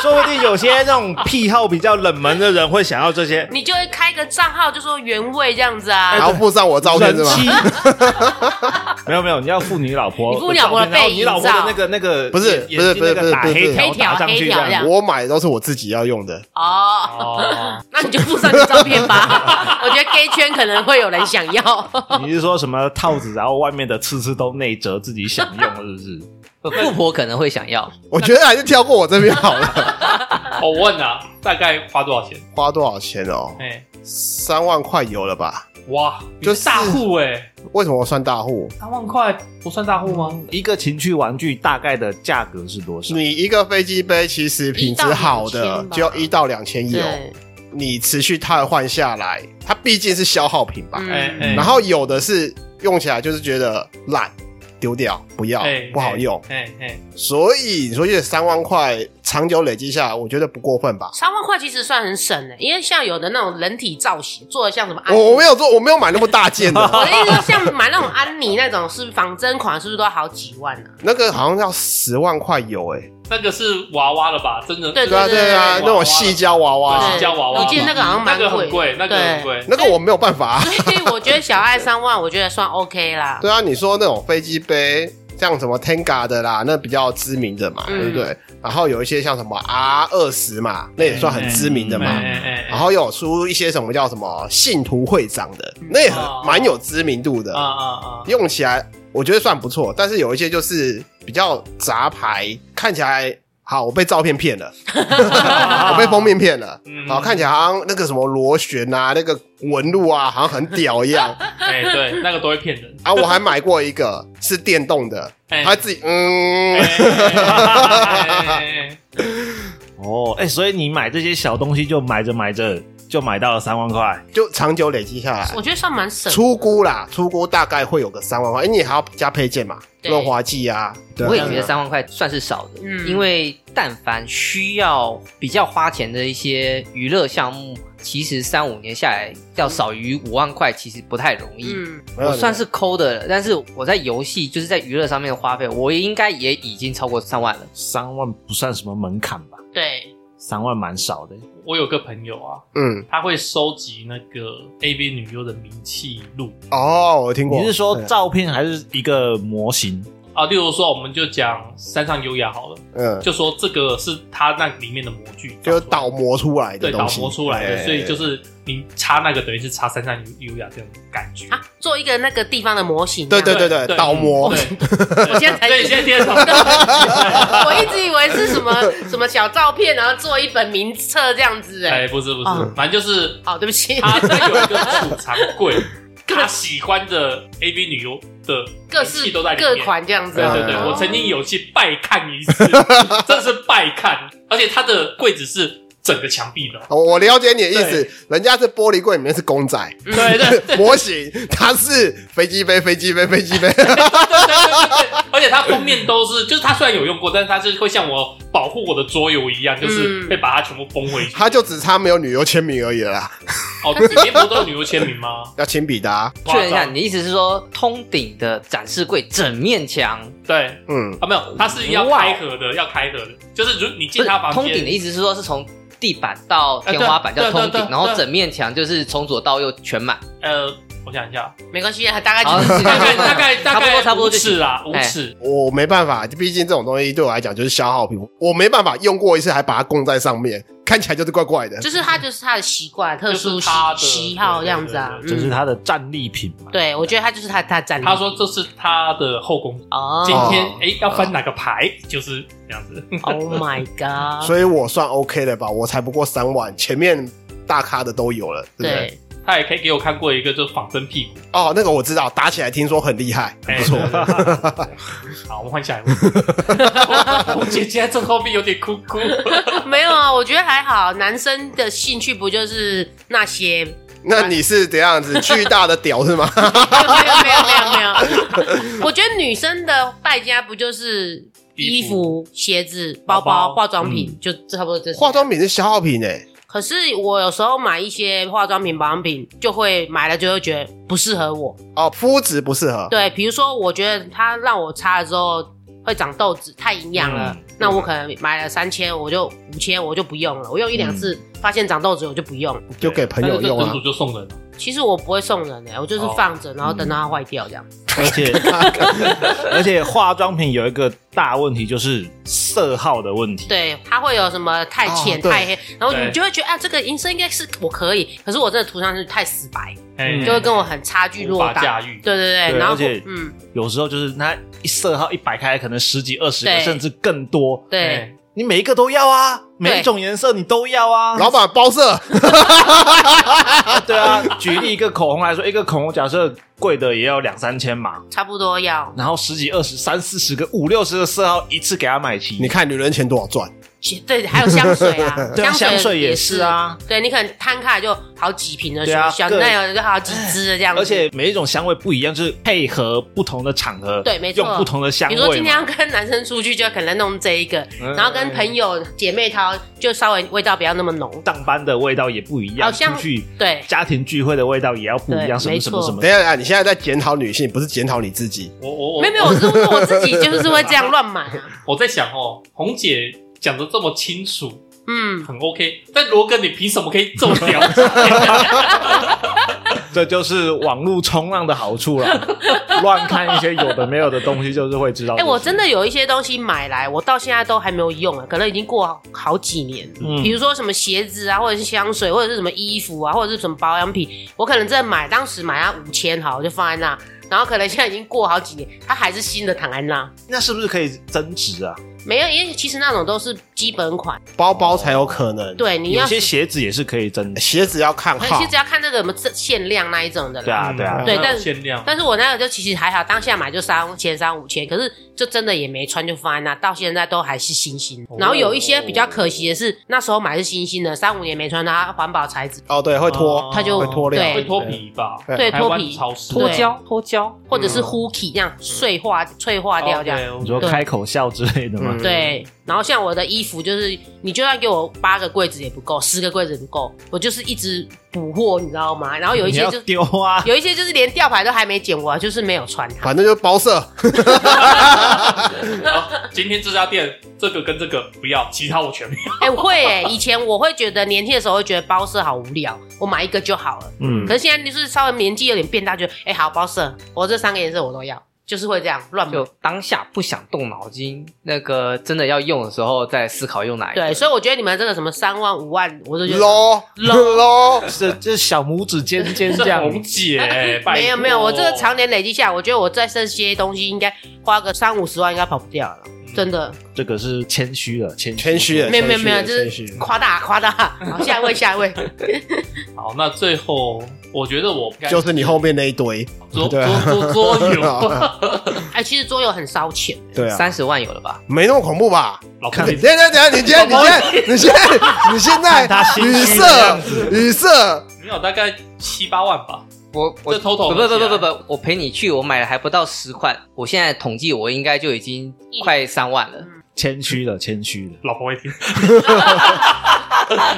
[SPEAKER 2] 说不定有些那种癖好比较冷门的人会想要这些。
[SPEAKER 4] 你就会开个账号，就说原味这样子
[SPEAKER 3] 然
[SPEAKER 4] 啊。
[SPEAKER 3] 后附上我照片是
[SPEAKER 2] 人
[SPEAKER 3] 吗？
[SPEAKER 2] 妻， 没有没有，你要付你老婆
[SPEAKER 4] 你
[SPEAKER 2] 的照片，
[SPEAKER 4] 付你老婆的
[SPEAKER 2] 然后
[SPEAKER 4] 背
[SPEAKER 2] 你老婆的
[SPEAKER 4] 影
[SPEAKER 2] 那个那个
[SPEAKER 3] 不是
[SPEAKER 2] 眼
[SPEAKER 3] 不是
[SPEAKER 2] 眼睛那个
[SPEAKER 3] 不是
[SPEAKER 2] 打
[SPEAKER 3] 不是
[SPEAKER 2] 黑
[SPEAKER 3] 不是
[SPEAKER 2] 条打上
[SPEAKER 4] 黑
[SPEAKER 2] 去
[SPEAKER 4] 条
[SPEAKER 2] 这
[SPEAKER 4] 黑条
[SPEAKER 2] 样，
[SPEAKER 3] 我买的都是我自己要用的，
[SPEAKER 4] 哦，
[SPEAKER 5] 哦，
[SPEAKER 4] 那你就附上你照片吧。 我觉得 gay 圈可能会有人想要。
[SPEAKER 2] 你是说什么套子，然后外面的刺刺都内折，自己想用是不是？
[SPEAKER 1] 富婆可能会想要，
[SPEAKER 3] 我觉得还是跳过我这边好 了。
[SPEAKER 5] 哦我问啊，大概花多少钱？
[SPEAKER 3] 花多少钱哦？
[SPEAKER 5] 哎，
[SPEAKER 3] 三万块有了吧？
[SPEAKER 5] 哇，你
[SPEAKER 3] 就是
[SPEAKER 5] 大户哎，
[SPEAKER 3] 为什么我算大户？
[SPEAKER 5] 三万块不算大户吗？
[SPEAKER 2] 一个情趣玩具大概的价格是多少？
[SPEAKER 3] 你一个飞机杯其实品质好的
[SPEAKER 4] 1到2000
[SPEAKER 3] 就一到两千有，
[SPEAKER 4] 对，
[SPEAKER 3] 你持续汰换下来，它毕竟是消耗品吧。
[SPEAKER 5] 哎
[SPEAKER 4] 嗯，
[SPEAKER 5] 哎
[SPEAKER 3] 然后有的是用起来就是觉得烂，丢掉不要
[SPEAKER 5] 哎，
[SPEAKER 3] 不好用，，
[SPEAKER 5] 哎哎哎，
[SPEAKER 3] 所以你说这三万块长久累积下来，我觉得不过分吧？
[SPEAKER 4] 三万块其实算很省的，因为像有的那种人体造型做的像什么安
[SPEAKER 3] 哦
[SPEAKER 4] 妮，
[SPEAKER 3] 我我没有做，我没有买那么大件的，
[SPEAKER 4] 我的意思说像买那种安妮那种是仿真款，是不是都好几万呢？啊
[SPEAKER 3] 那个好像要十万块有哎、
[SPEAKER 5] 那个是娃娃了吧？真的，
[SPEAKER 4] 对
[SPEAKER 3] 对啊
[SPEAKER 4] 对
[SPEAKER 3] 对啊，
[SPEAKER 5] 对
[SPEAKER 3] 那种细胶娃
[SPEAKER 5] 啊
[SPEAKER 3] 娃
[SPEAKER 5] 对，胶娃娃
[SPEAKER 4] 我记得那个好像
[SPEAKER 5] 那
[SPEAKER 4] 蛮
[SPEAKER 5] 个很
[SPEAKER 4] 贵
[SPEAKER 5] 贵，那个很贵，
[SPEAKER 3] 那个我没有办法、啊。
[SPEAKER 4] 的，所以我觉得小爱三万，我觉得算 OK 啦。
[SPEAKER 3] 对啊，你说那种飞机杯，像什么 Tenga 的啦，那比较知名的嘛，
[SPEAKER 4] 嗯
[SPEAKER 3] 对不对？然后有一些像什么 R 二十嘛，那也算很知名的
[SPEAKER 5] 哎
[SPEAKER 3] 嘛。
[SPEAKER 5] 哎哎，
[SPEAKER 3] 然后有出一些什么叫什么信徒会长的，那也很
[SPEAKER 5] 哦
[SPEAKER 3] 蛮有知名度的。
[SPEAKER 5] 啊啊啊，
[SPEAKER 3] 用起来我觉得算不错，但是有一些就是比较杂牌，看起来好，我被照片骗 了，我被封面骗了。
[SPEAKER 5] 嗯
[SPEAKER 3] 好，看起来好像那个什么螺旋啊，那个纹路啊，好像很屌一 样
[SPEAKER 5] 哎，对，那个都会骗人。
[SPEAKER 3] 啊！我还买过一个是电动的，
[SPEAKER 5] 哎
[SPEAKER 3] 他自己嗯，
[SPEAKER 5] 哎
[SPEAKER 2] 哦，哎、所以你买这些小东西就买着买着就买到了三万块，
[SPEAKER 3] 就长久累积下来，
[SPEAKER 4] 我觉得算蛮省的。
[SPEAKER 3] 出估啦，出估大概会有个三万块，因为你还要加配件嘛，
[SPEAKER 4] 对
[SPEAKER 3] 润滑剂啊，对啊
[SPEAKER 1] 我也觉得三万块算是少的，
[SPEAKER 4] 嗯
[SPEAKER 1] 因为但凡需要比较花钱的一些娱乐项目，其实三五年下来要少于五万块，其实不太容易。
[SPEAKER 4] 嗯，
[SPEAKER 3] 没有
[SPEAKER 1] 我算是抠的了，但是我在游戏就是在娱乐上面的花费，我应该也已经超过三万了。
[SPEAKER 2] 三万不算什么门槛吧？
[SPEAKER 4] 对，
[SPEAKER 2] 三万蛮少的，
[SPEAKER 5] 我有个朋友啊，
[SPEAKER 3] 嗯
[SPEAKER 5] 他会收集那个 AV 女优的名气录
[SPEAKER 3] 哦，我听过。
[SPEAKER 2] 你是说
[SPEAKER 3] 对
[SPEAKER 2] 照片还是一个模型？
[SPEAKER 5] 啊，例如说，我们就讲山上优雅好了，
[SPEAKER 3] 嗯，
[SPEAKER 5] 就说这个是他那里面的模具，
[SPEAKER 3] 就是倒模出来的
[SPEAKER 5] 对倒
[SPEAKER 3] 东西，
[SPEAKER 5] 模出来的，
[SPEAKER 3] 哎
[SPEAKER 5] 所以就是你插那个等于是插山上优雅这种感觉。
[SPEAKER 4] 啊，做一个那个地方的模型。
[SPEAKER 3] 对
[SPEAKER 4] 这
[SPEAKER 3] 对对
[SPEAKER 4] 样
[SPEAKER 5] 对
[SPEAKER 3] 对，
[SPEAKER 5] 对
[SPEAKER 3] 倒模
[SPEAKER 5] 对，
[SPEAKER 4] 我现在才
[SPEAKER 5] 所以现在第二场，
[SPEAKER 4] 我一直以为是什么 什么小照片，然后做一本名册这样子。哎，
[SPEAKER 5] 哎，不是不
[SPEAKER 4] 哦
[SPEAKER 5] 是，反正就是
[SPEAKER 4] 好，对不起，
[SPEAKER 5] 他他有一个储藏柜，他喜欢的 AV 女优的
[SPEAKER 4] 各
[SPEAKER 5] 名
[SPEAKER 4] 式
[SPEAKER 5] 气都在里
[SPEAKER 4] 各
[SPEAKER 5] 面。
[SPEAKER 4] 款这样子
[SPEAKER 5] 对
[SPEAKER 4] 啊。
[SPEAKER 5] 对对，
[SPEAKER 1] 呃
[SPEAKER 4] 哦
[SPEAKER 5] 我曾经有去拜看 一次，真的是拜看，而且他的柜子是整个墙壁的哦。
[SPEAKER 3] 我我了解你的意思，人家是玻璃柜里面是公仔
[SPEAKER 4] 嗯
[SPEAKER 5] 对对对对
[SPEAKER 3] 模型，它是飞机杯、飞机杯、飞 机杯，
[SPEAKER 5] 对对对，而且它封面都是，就是它虽然有用过，但是它是会像我保护我的桌游一样，就是
[SPEAKER 4] 嗯
[SPEAKER 5] 会把它全部封回 去。
[SPEAKER 3] 它就只差没有女优签名而已了啦，
[SPEAKER 5] 哦，里面不都有女优签名吗？
[SPEAKER 3] 要亲笔的啊，
[SPEAKER 1] 确认一下，
[SPEAKER 5] 夸张
[SPEAKER 1] 你的意思是说通顶的展示柜整面墙，
[SPEAKER 5] 对
[SPEAKER 3] 嗯，
[SPEAKER 5] 啊，没有，它是要开合的，要开合的，就是如你
[SPEAKER 1] 不
[SPEAKER 5] 进
[SPEAKER 1] 是
[SPEAKER 5] 他房
[SPEAKER 1] 通
[SPEAKER 5] 间
[SPEAKER 1] 顶的，意思是说是从地板到天花板
[SPEAKER 5] 啊对
[SPEAKER 1] 叫通
[SPEAKER 5] 对对
[SPEAKER 1] 顶，
[SPEAKER 5] 对
[SPEAKER 1] 然后
[SPEAKER 5] 对
[SPEAKER 1] 整面墙就是从左到右全满。
[SPEAKER 5] 呃，我想 一下，
[SPEAKER 4] 没关系，大概
[SPEAKER 1] 好
[SPEAKER 4] 就是这
[SPEAKER 5] 大
[SPEAKER 4] 样
[SPEAKER 5] 概大概
[SPEAKER 1] 差
[SPEAKER 5] 大
[SPEAKER 1] 不多
[SPEAKER 5] 概
[SPEAKER 1] 差不多
[SPEAKER 5] 五
[SPEAKER 1] 就行
[SPEAKER 5] 尺啦，五
[SPEAKER 1] 哎
[SPEAKER 5] 尺，
[SPEAKER 3] 我没办法，毕竟这种东西对我来讲就是消耗品，我没办法用过一次还把它供在上面，看起来就是怪怪的。
[SPEAKER 4] 就是他就是他的习惯、特殊
[SPEAKER 5] 就是
[SPEAKER 4] 喜
[SPEAKER 5] 他的
[SPEAKER 4] 喜好这样子啊。
[SPEAKER 5] 对
[SPEAKER 2] 就
[SPEAKER 4] 嗯
[SPEAKER 2] 是它的战利品嘛。
[SPEAKER 4] 对，我觉得他就是他他占领。
[SPEAKER 5] 他说这是他的后宫。
[SPEAKER 4] 哦
[SPEAKER 5] 今天哎、要翻哪个牌？就是这样子。
[SPEAKER 4] ，Oh my
[SPEAKER 5] 啊
[SPEAKER 4] god！
[SPEAKER 3] 所以我算 OK 了吧，我才不过三万，前面大咖的都有了，对不对？
[SPEAKER 4] 对，
[SPEAKER 5] 他也可以给我看过一个，就是仿真屁股。
[SPEAKER 3] 哦，那个我知道，打起来听说很厉害，
[SPEAKER 5] 哎
[SPEAKER 3] 很不错。
[SPEAKER 5] 对对对对对 好，我们换下一位。我我姐姐在正后面有点哭哭。
[SPEAKER 4] 没有啊，我觉得还好。男生的兴趣不就是那些？
[SPEAKER 3] 那你是怎样子？巨大的屌是吗？
[SPEAKER 4] 没有没有没有没有 没有。我觉得女生的败家不就是衣服、鞋子、包
[SPEAKER 5] 包
[SPEAKER 4] 包、嗯
[SPEAKER 5] 包
[SPEAKER 4] 化妆品，就差不多这些
[SPEAKER 3] 化。妆品是消耗品哎、
[SPEAKER 4] 可是我有时候买一些化妆品、保养品，就会买了就会觉得不适合我。
[SPEAKER 3] 哦，肤质不适合。
[SPEAKER 4] 对，比如说我觉得它让我擦了之后会长痘子，太营养了，
[SPEAKER 5] 嗯
[SPEAKER 4] 那我可能买了三千，我就五千，我就不用了。我用一
[SPEAKER 5] 嗯
[SPEAKER 4] 两次发现长痘子，我就不用。
[SPEAKER 3] 就给朋友用
[SPEAKER 5] 但是这
[SPEAKER 3] 啊
[SPEAKER 5] 整组。就送人了。
[SPEAKER 4] 其实我不会送人欸的、我就是
[SPEAKER 5] 哦
[SPEAKER 4] 放着，然后等到它坏掉这样。
[SPEAKER 2] 而 且而且化妆品有一个大问题就是色号的问题。
[SPEAKER 4] 对，它会有什么太浅、
[SPEAKER 3] 哦对
[SPEAKER 4] 太黑，然后你
[SPEAKER 5] 对
[SPEAKER 4] 就会觉得啊，这个银色应该是我可以，可是我真的涂上去太死白，
[SPEAKER 5] 哎
[SPEAKER 4] 就会跟我很差距
[SPEAKER 5] 无
[SPEAKER 4] 落
[SPEAKER 5] 法
[SPEAKER 4] 大。
[SPEAKER 5] 驾驭。
[SPEAKER 4] 对对对，
[SPEAKER 2] 对
[SPEAKER 4] 然后
[SPEAKER 2] 而且
[SPEAKER 4] 嗯，
[SPEAKER 2] 有时候就是它一色号一摆开，可能十几、二十个，
[SPEAKER 4] 对
[SPEAKER 2] 甚至更多。
[SPEAKER 5] 嗯哎
[SPEAKER 4] 对，
[SPEAKER 2] 你每一个都要啊，每一
[SPEAKER 4] 对
[SPEAKER 2] 种颜色你都要啊。
[SPEAKER 3] 老板包色，
[SPEAKER 2] 啊 对啊，举例一个口红来说，一个口红假设贵的也要两三千嘛，
[SPEAKER 4] 差不多要
[SPEAKER 2] 然后十几、二十、三四十个、五六十个色号一次给它买齐。，
[SPEAKER 3] 你看女人钱多少赚？
[SPEAKER 4] 对，还有香水啊
[SPEAKER 2] 对啊，香水也
[SPEAKER 4] 也
[SPEAKER 2] 是。啊，
[SPEAKER 4] 对你可能摊开来就好几瓶的
[SPEAKER 2] 对啊
[SPEAKER 4] 小
[SPEAKER 2] 各
[SPEAKER 4] 那有就好几支的这样子。
[SPEAKER 2] 而且每一种香味不一样，就是配合不同的场合，
[SPEAKER 4] 对没错
[SPEAKER 2] 用不同的香
[SPEAKER 4] 比
[SPEAKER 2] 味
[SPEAKER 4] 如
[SPEAKER 2] 嘛。
[SPEAKER 4] 说今天要跟男生出去，就可能弄这一个，
[SPEAKER 2] 嗯
[SPEAKER 4] 然后跟朋友姐妹淘就稍微味道不要那么浓。
[SPEAKER 2] 上班的味道也不一样，
[SPEAKER 4] 好像
[SPEAKER 2] 出去
[SPEAKER 4] 对，
[SPEAKER 2] 家庭聚会的味道也要不一样，
[SPEAKER 4] 对
[SPEAKER 2] 什么什么
[SPEAKER 4] 没错
[SPEAKER 2] 什么
[SPEAKER 3] 等。一下，等一下你现在在检讨女性，不是检讨你自己。
[SPEAKER 5] 我我我
[SPEAKER 4] 没有没有，我是问我自己，就是会这样乱买 啊。
[SPEAKER 5] 我在想哦，红姐讲的这么清楚，
[SPEAKER 4] 嗯，
[SPEAKER 5] 很 OK，但罗哥你凭什么可以这么了 解？
[SPEAKER 2] 这就是网络冲浪的好处啦， 乱看一些有的没有的东西，就是会知道。
[SPEAKER 4] 哎、我真的有一些东西买来，我到现在都还没有用啊，可能已经过好好几年。
[SPEAKER 2] 嗯
[SPEAKER 4] 比如说什么鞋子啊，或者是香水，或者是什么衣服啊，或者是什么保养品，我可能真的买，当时买啊它五千好，我就放在那，然后可能现在已经过好几年，它还是新的躺在那。
[SPEAKER 2] 那是不是可以增值啊？
[SPEAKER 4] 没有，因为其实那种都是基本款，
[SPEAKER 3] 包包才有可能。，
[SPEAKER 4] 对，你
[SPEAKER 2] 有
[SPEAKER 4] 要
[SPEAKER 2] 些鞋子也是可以增，
[SPEAKER 3] 鞋子要看号
[SPEAKER 4] 其，实要看那个什么限量那一种的啦。
[SPEAKER 2] 对啊对啊
[SPEAKER 5] 嗯
[SPEAKER 4] 对但
[SPEAKER 5] 有限量，
[SPEAKER 4] 但是我那个就其实还好，当下买就三千三五千，可是就真的也没穿就放在那，到现在都还是新新
[SPEAKER 2] 哦
[SPEAKER 4] 的。然后有一些比较可惜的是，那时候买是新新的，三五年没穿它环保材质，
[SPEAKER 3] 哦，对，会脱，
[SPEAKER 4] 它就
[SPEAKER 3] 会脱料，
[SPEAKER 4] 对
[SPEAKER 5] 会脱皮吧？
[SPEAKER 3] 对
[SPEAKER 4] 对，
[SPEAKER 5] 台
[SPEAKER 4] 脱
[SPEAKER 5] 湾
[SPEAKER 4] 皮
[SPEAKER 5] 潮湿，
[SPEAKER 1] 脱胶脱胶，
[SPEAKER 4] 或者是
[SPEAKER 2] 嗯
[SPEAKER 4] hooky 这样碎化脆化掉这样。
[SPEAKER 5] 样
[SPEAKER 2] 你说
[SPEAKER 4] 对
[SPEAKER 2] 开口笑之类的吗
[SPEAKER 3] 嗯？
[SPEAKER 4] 对，然后像我的衣服，就是你就算给我八个柜子也不够，十个柜子也不够，我就是一直补货，你知道吗？然后有一
[SPEAKER 2] 你
[SPEAKER 4] 些
[SPEAKER 2] 要
[SPEAKER 4] 就
[SPEAKER 2] 丢啊，
[SPEAKER 4] 有一些就是连吊牌都还没剪完，就是没有穿它。
[SPEAKER 3] 反正就包色。
[SPEAKER 5] 今天这家店这个跟这个不要，其他我全没有。
[SPEAKER 4] 哎、我会哎、以前我会觉得年轻的时候会觉得包色好无聊，我买一个就好了。
[SPEAKER 2] 嗯
[SPEAKER 4] 可，是现在就是稍微年纪有点变大，觉得哎、好包色，我这三个颜色我都要，就是会这样乱买
[SPEAKER 1] 就。当下不想动脑筋，那个真的要用的时候再思考用哪一个。
[SPEAKER 4] 对，所以我觉得你们这个什么三万五万，我都觉得。
[SPEAKER 3] 喽喽，
[SPEAKER 2] 这这小拇指尖尖这
[SPEAKER 5] 是
[SPEAKER 2] 样，
[SPEAKER 5] 红姐，哎拜 托
[SPEAKER 4] 没有没有，我这个常年累积下来，我觉得我在这些东西应该花个三五十万应该跑不掉了，真的。
[SPEAKER 2] 这个是谦虚了，谦
[SPEAKER 3] 谦虚 了，
[SPEAKER 4] 没有没有
[SPEAKER 3] 谦虚
[SPEAKER 4] 没有，
[SPEAKER 3] 了
[SPEAKER 4] 就
[SPEAKER 3] 谦虚
[SPEAKER 4] 是
[SPEAKER 3] 了
[SPEAKER 4] 夸大夸大。好，下一位下一位，
[SPEAKER 5] 好，那最后我觉得我
[SPEAKER 3] 就是你后面那一堆，
[SPEAKER 5] 桌
[SPEAKER 3] 对
[SPEAKER 5] 桌
[SPEAKER 3] 啊
[SPEAKER 5] 桌桌游，
[SPEAKER 4] 哎，其实桌游很烧钱，
[SPEAKER 3] 对啊，
[SPEAKER 1] 三十万有了吧？
[SPEAKER 3] 没那么恐怖吧？
[SPEAKER 5] 老
[SPEAKER 3] 等
[SPEAKER 5] 看
[SPEAKER 3] 一下等一下等一下，你现在你现在你现在你现
[SPEAKER 2] 他
[SPEAKER 3] 在
[SPEAKER 2] 心
[SPEAKER 3] 语
[SPEAKER 2] 虚的样
[SPEAKER 3] 塞语塞，
[SPEAKER 5] 没有大概七八万吧，
[SPEAKER 1] 我我
[SPEAKER 5] 这偷偷啊
[SPEAKER 1] 不
[SPEAKER 5] 的
[SPEAKER 1] 不不
[SPEAKER 5] 起
[SPEAKER 1] 不
[SPEAKER 5] 来
[SPEAKER 1] 不，我陪你去，我买了还不到十款，我现在统计我应该就已经快三万了。
[SPEAKER 2] 谦虚了，谦虚了。
[SPEAKER 5] 老婆会听。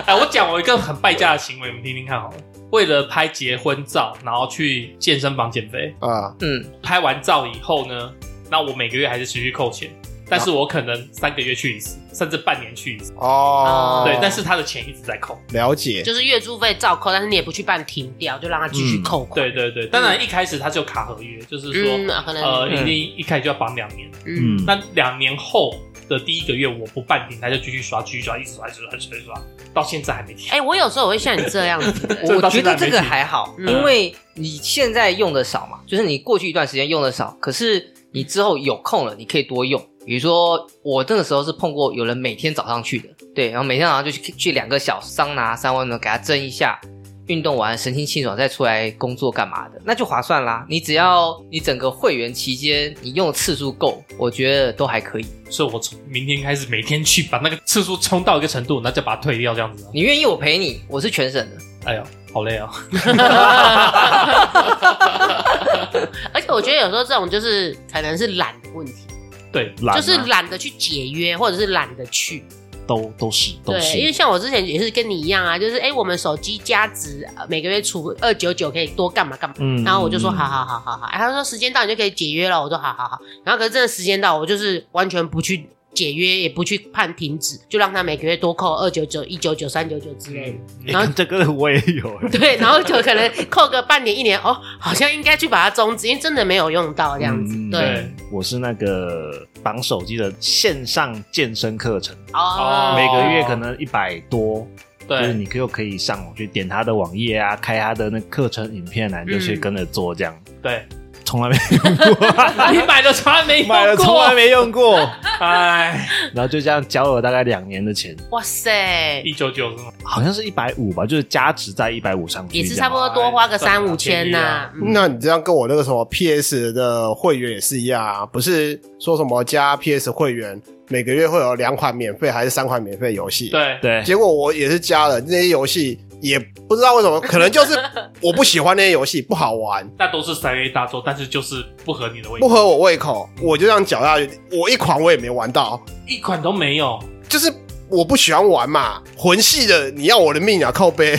[SPEAKER 5] 哎，我讲我一个很败家的行为，你们听听看好了。为了拍结婚照，然后去健身房减肥，
[SPEAKER 3] 啊，
[SPEAKER 1] 嗯，
[SPEAKER 5] 拍完照以后呢，那我每个月还是持续扣钱，但是我可能三个月去一次，甚至半年去一次。
[SPEAKER 3] 哦，
[SPEAKER 5] 对，但是他的钱一直在扣。
[SPEAKER 3] 了解，
[SPEAKER 4] 就是月租费照扣，但是你也不去办停掉，就让它继续扣款。
[SPEAKER 5] 嗯对对对，当然一开始他就卡合约，就是说、
[SPEAKER 4] 嗯，可能
[SPEAKER 5] 呃，一定一开始就要绑两年。
[SPEAKER 4] 嗯
[SPEAKER 2] 嗯，
[SPEAKER 5] 那两年后的第一个月我不办停，他就继续刷，继续刷，一直刷，一直刷，一直刷，一直刷到现在还没停。
[SPEAKER 4] 哎，我有时候我会像你这样子的，
[SPEAKER 5] 这
[SPEAKER 1] 我
[SPEAKER 5] 个到
[SPEAKER 1] 觉
[SPEAKER 5] 现在
[SPEAKER 1] 得
[SPEAKER 5] 还没
[SPEAKER 1] 这个
[SPEAKER 5] 去
[SPEAKER 1] 还好，
[SPEAKER 4] 嗯
[SPEAKER 1] 因为你现在用的少嘛，就是你过去一段时间用的少，可是你之后有空了，你可以多用。比如说，我那个时候是碰过有人每天早上去的，对，然后每天早上就去去两个小时桑拿、三温暖给他蒸一下，运动完神清气爽再出来工作干嘛的，那就划算啦。你只要你整个会员期间你用的次数够，我觉得都还可以。
[SPEAKER 5] 所以我从明天开始每天去把那个次数冲到一个程度，然后再把它退掉，这样子啊。
[SPEAKER 1] 你愿意我陪你，我是全省的。
[SPEAKER 5] 哎呀，好累哦。
[SPEAKER 4] 而且我觉得有时候这种就是可能是懒的问题，
[SPEAKER 5] 对，
[SPEAKER 2] 懒啊
[SPEAKER 4] 就是懒得去解约，或者是懒得去。
[SPEAKER 2] 都都是都
[SPEAKER 4] 对，因
[SPEAKER 2] 是，
[SPEAKER 4] 为像我之前也是跟你一样啊，就是哎，我们手机加值呃每个月除二九九可以多干嘛干嘛。
[SPEAKER 2] 嗯
[SPEAKER 4] 然后我就说好，好好好好，哎他说时间到你就可以解约了，我说好好好。然后可是真的时间到，我就是完全不去解约，也不去判停止，就让他每个月多扣二九九、一九九、三九九之类的。
[SPEAKER 5] 嗯
[SPEAKER 2] 然后哎这个我也有，
[SPEAKER 4] 对，然后就可能扣个半年一年，哦，好像应该去把它终止，因为真的没有用到这样子。
[SPEAKER 2] 嗯
[SPEAKER 4] 对，
[SPEAKER 5] 对，
[SPEAKER 2] 我是那个绑手机的线上健身课程，
[SPEAKER 4] 哦，
[SPEAKER 2] 每个月可能一百多，就是
[SPEAKER 5] 对，
[SPEAKER 2] 你又可以上网去点他的网页啊，开他的那课程影片啊，你就去
[SPEAKER 4] 嗯
[SPEAKER 2] 跟着做这样，
[SPEAKER 5] 对，啊
[SPEAKER 2] 从来没用 过，
[SPEAKER 5] 你买了从来没用过，
[SPEAKER 2] 买了从来没用过，
[SPEAKER 5] 哎，
[SPEAKER 2] 然后就这样交了大概两年的钱，
[SPEAKER 4] 哇塞，
[SPEAKER 5] 一九九是吗？
[SPEAKER 2] 好像是一百五吧，就是加值在一百五上去，
[SPEAKER 4] 也是差不多多花个三五千呐、嗯
[SPEAKER 3] 那你这样跟我那个什么 PS 的会员也是一样啊，不是说什么加 PS 会员每个月会有两款免费还是三款免费游戏？，
[SPEAKER 5] 对，
[SPEAKER 2] 这样。对，
[SPEAKER 3] 结果我也是加了那些游戏，也不知道为什么，可能就是 我不喜欢那些游戏，不好玩，
[SPEAKER 5] 那都是三 A 大作，但是就是不合你的胃
[SPEAKER 3] 不
[SPEAKER 5] 口，
[SPEAKER 3] 合我胃口，我就这样搅下去。我一款我也没玩到，
[SPEAKER 5] 一款都没有。
[SPEAKER 3] 就是我不喜欢玩嘛，魂系的你要我的命啊，靠背。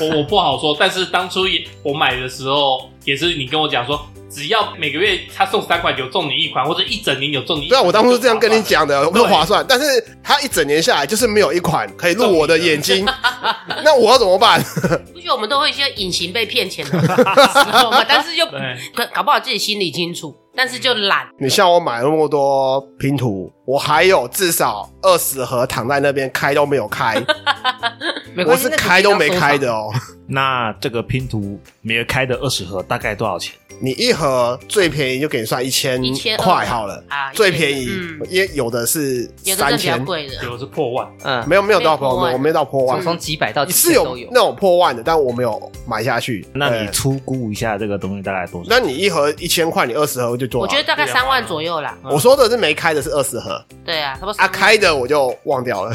[SPEAKER 5] 我我不好说，但是当初也我买的时候，也是你跟我讲说，只要每个月他送三款，有中你一款，或者一整年有中你一
[SPEAKER 3] 对
[SPEAKER 5] 款。
[SPEAKER 3] 啊，我当初是这样跟你
[SPEAKER 5] 就划算
[SPEAKER 3] 讲
[SPEAKER 5] 了，
[SPEAKER 3] 的，更划算。但是它一整年下来就是没有一款可以入我的眼睛， 那我要怎么办？
[SPEAKER 4] 不觉得我们都会一些隐形被骗钱 的时候嘛，但是又
[SPEAKER 5] 对
[SPEAKER 4] 可搞不好自己心里清楚，但是就懒。
[SPEAKER 3] 你像我买了那么多拼图，我还有至少二十盒躺在那边开都没有开，
[SPEAKER 1] 没
[SPEAKER 3] 我
[SPEAKER 1] 关系，
[SPEAKER 3] 是
[SPEAKER 1] 那个
[SPEAKER 3] 开都没开
[SPEAKER 1] 可以当收
[SPEAKER 3] 的哦。
[SPEAKER 2] 那这个拼图每个开的二十盒大概多少钱？
[SPEAKER 3] 你一盒最便宜就给你算一千
[SPEAKER 4] 1200
[SPEAKER 3] 块好了，
[SPEAKER 4] 啊，
[SPEAKER 3] 最便宜
[SPEAKER 4] 嗯，
[SPEAKER 3] 因为有的是
[SPEAKER 4] 有的
[SPEAKER 3] 三
[SPEAKER 4] 更比较
[SPEAKER 3] 千，
[SPEAKER 4] 贵的，
[SPEAKER 5] 有的是破万，
[SPEAKER 1] 藏。嗯，
[SPEAKER 3] 没有没有到破
[SPEAKER 4] 没有破万
[SPEAKER 3] 万，我没有到破万
[SPEAKER 1] 从，从几百到
[SPEAKER 3] 你
[SPEAKER 1] 几
[SPEAKER 3] 是
[SPEAKER 1] 千
[SPEAKER 3] 有
[SPEAKER 1] 都有
[SPEAKER 3] 那。种破万的，但我没有买下去。
[SPEAKER 2] 那你
[SPEAKER 3] 对
[SPEAKER 2] 粗估一下这个东西大概多少？
[SPEAKER 3] 那你一盒一千块，你二十盒就做
[SPEAKER 4] 我
[SPEAKER 3] 好
[SPEAKER 4] 觉
[SPEAKER 3] 了。
[SPEAKER 4] 得大
[SPEAKER 5] 啊
[SPEAKER 4] 概三万左右啦。
[SPEAKER 3] 我说的是没开的是二十盒
[SPEAKER 4] 对啊，差不多三
[SPEAKER 3] 啊，
[SPEAKER 4] 万嗯
[SPEAKER 3] 开的我就忘掉了。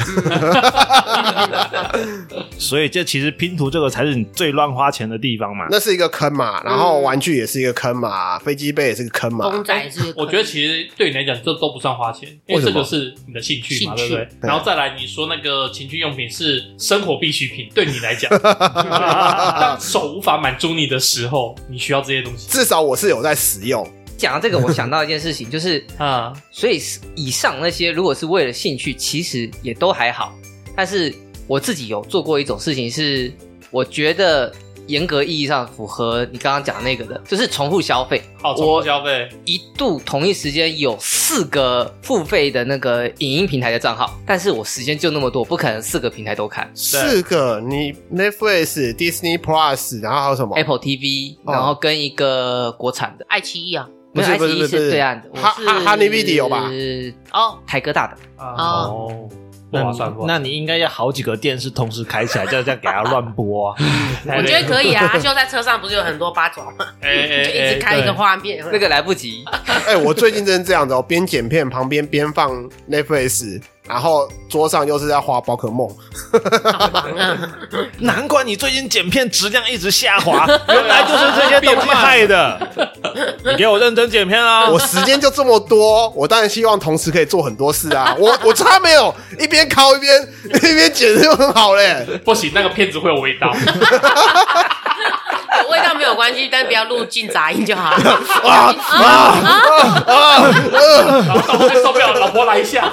[SPEAKER 2] 所以这其实拼图这个才是你最乱花钱的地方嘛。
[SPEAKER 3] 那是一个坑嘛，然后玩具也是一个坑嘛，飞机杯也是个坑嘛。
[SPEAKER 4] 公仔是，
[SPEAKER 5] 哎我觉得其实对你来讲这都不算花钱，
[SPEAKER 3] 为
[SPEAKER 5] 因为
[SPEAKER 3] 什
[SPEAKER 5] 这
[SPEAKER 3] 么
[SPEAKER 5] 个是你的兴趣嘛，
[SPEAKER 4] 兴
[SPEAKER 5] 对
[SPEAKER 4] 趣
[SPEAKER 5] 不对？
[SPEAKER 3] 对
[SPEAKER 5] 然后再来，你说那个情趣用品是生活必需品，对你 来讲，当手无法满足你的时候，你需要这些东西
[SPEAKER 3] 至少我是有在使用，
[SPEAKER 1] 讲到这个，我想到一件事情，就是
[SPEAKER 5] 啊。
[SPEAKER 1] 所以以上那些如果是为了兴趣，其实也都还好。但是我自己有做过一种事情是，我觉得严格意义上符合你刚刚讲那个的，就是重复消费。
[SPEAKER 5] 好，重复
[SPEAKER 1] 我
[SPEAKER 5] 消费，
[SPEAKER 1] 一度同一时间有四个付费的那个影音平台的账号，但是我时间就那么多，不可能四个平台都看。
[SPEAKER 3] 四个你 Netflix、Disney Plus，然后还有什么
[SPEAKER 1] Apple TV，
[SPEAKER 3] 哦
[SPEAKER 1] 然后跟一个国产的，
[SPEAKER 4] 爱奇艺啊，
[SPEAKER 3] 不是
[SPEAKER 1] 没有
[SPEAKER 3] 不是
[SPEAKER 1] ICE
[SPEAKER 3] 不是
[SPEAKER 1] 对岸的，
[SPEAKER 3] 哈哈哈尼 video 吧
[SPEAKER 1] 是
[SPEAKER 4] 哦，
[SPEAKER 1] 台哥大的，
[SPEAKER 5] 啊
[SPEAKER 2] 哦
[SPEAKER 5] 不划算，不划
[SPEAKER 2] 那
[SPEAKER 5] 算
[SPEAKER 2] 你应该要好几个电视同时开起来，这样这样给它乱播啊。
[SPEAKER 4] 我觉得可以啊。阿修在车上不是有很多八爪吗？
[SPEAKER 5] 哎哎
[SPEAKER 4] 就
[SPEAKER 5] 哎，
[SPEAKER 4] 一直开一个画面，
[SPEAKER 1] 那个来不及。
[SPEAKER 3] 哎、我最近真的这样子哦，边剪片旁边边放 Netflix，然后桌上又是在画宝可梦，
[SPEAKER 4] 好忙啊。
[SPEAKER 2] 难怪你最近剪片质量一直下 滑，原来就是这些东西害的。
[SPEAKER 3] 啊
[SPEAKER 2] 你给我认真剪片 啊！
[SPEAKER 3] 我时间就这么多，我当然希望同时可以做很多事啊。我我差没有一边烤一边一边剪就很好嘞。
[SPEAKER 5] 对不行，那个片子会有味道。
[SPEAKER 4] 有味道没有关系，但不要录进杂音就 好了。嗯
[SPEAKER 3] 啊啊啊！呃
[SPEAKER 5] 然后老婆太受不了，老婆来一 下。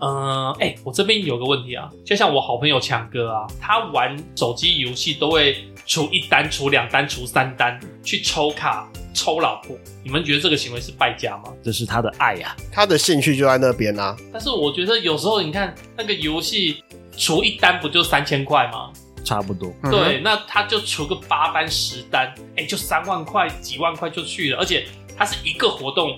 [SPEAKER 5] 嗯，哎、我这边有个问题啊，就像我好朋友强哥啊，他玩手机游戏都会出一单、出两单、出三单去抽卡、抽老婆，你们觉得这个行为是败家吗？
[SPEAKER 2] 这是他的爱呀、
[SPEAKER 3] 他的兴趣就在那边啊，
[SPEAKER 5] 但是我觉得有时候你看那个游戏出一单不就三千块吗？
[SPEAKER 2] 差不多。
[SPEAKER 3] 嗯
[SPEAKER 5] 对，那他就出个八单十单，哎、就三万块、几万块就去了，而且他是一个活动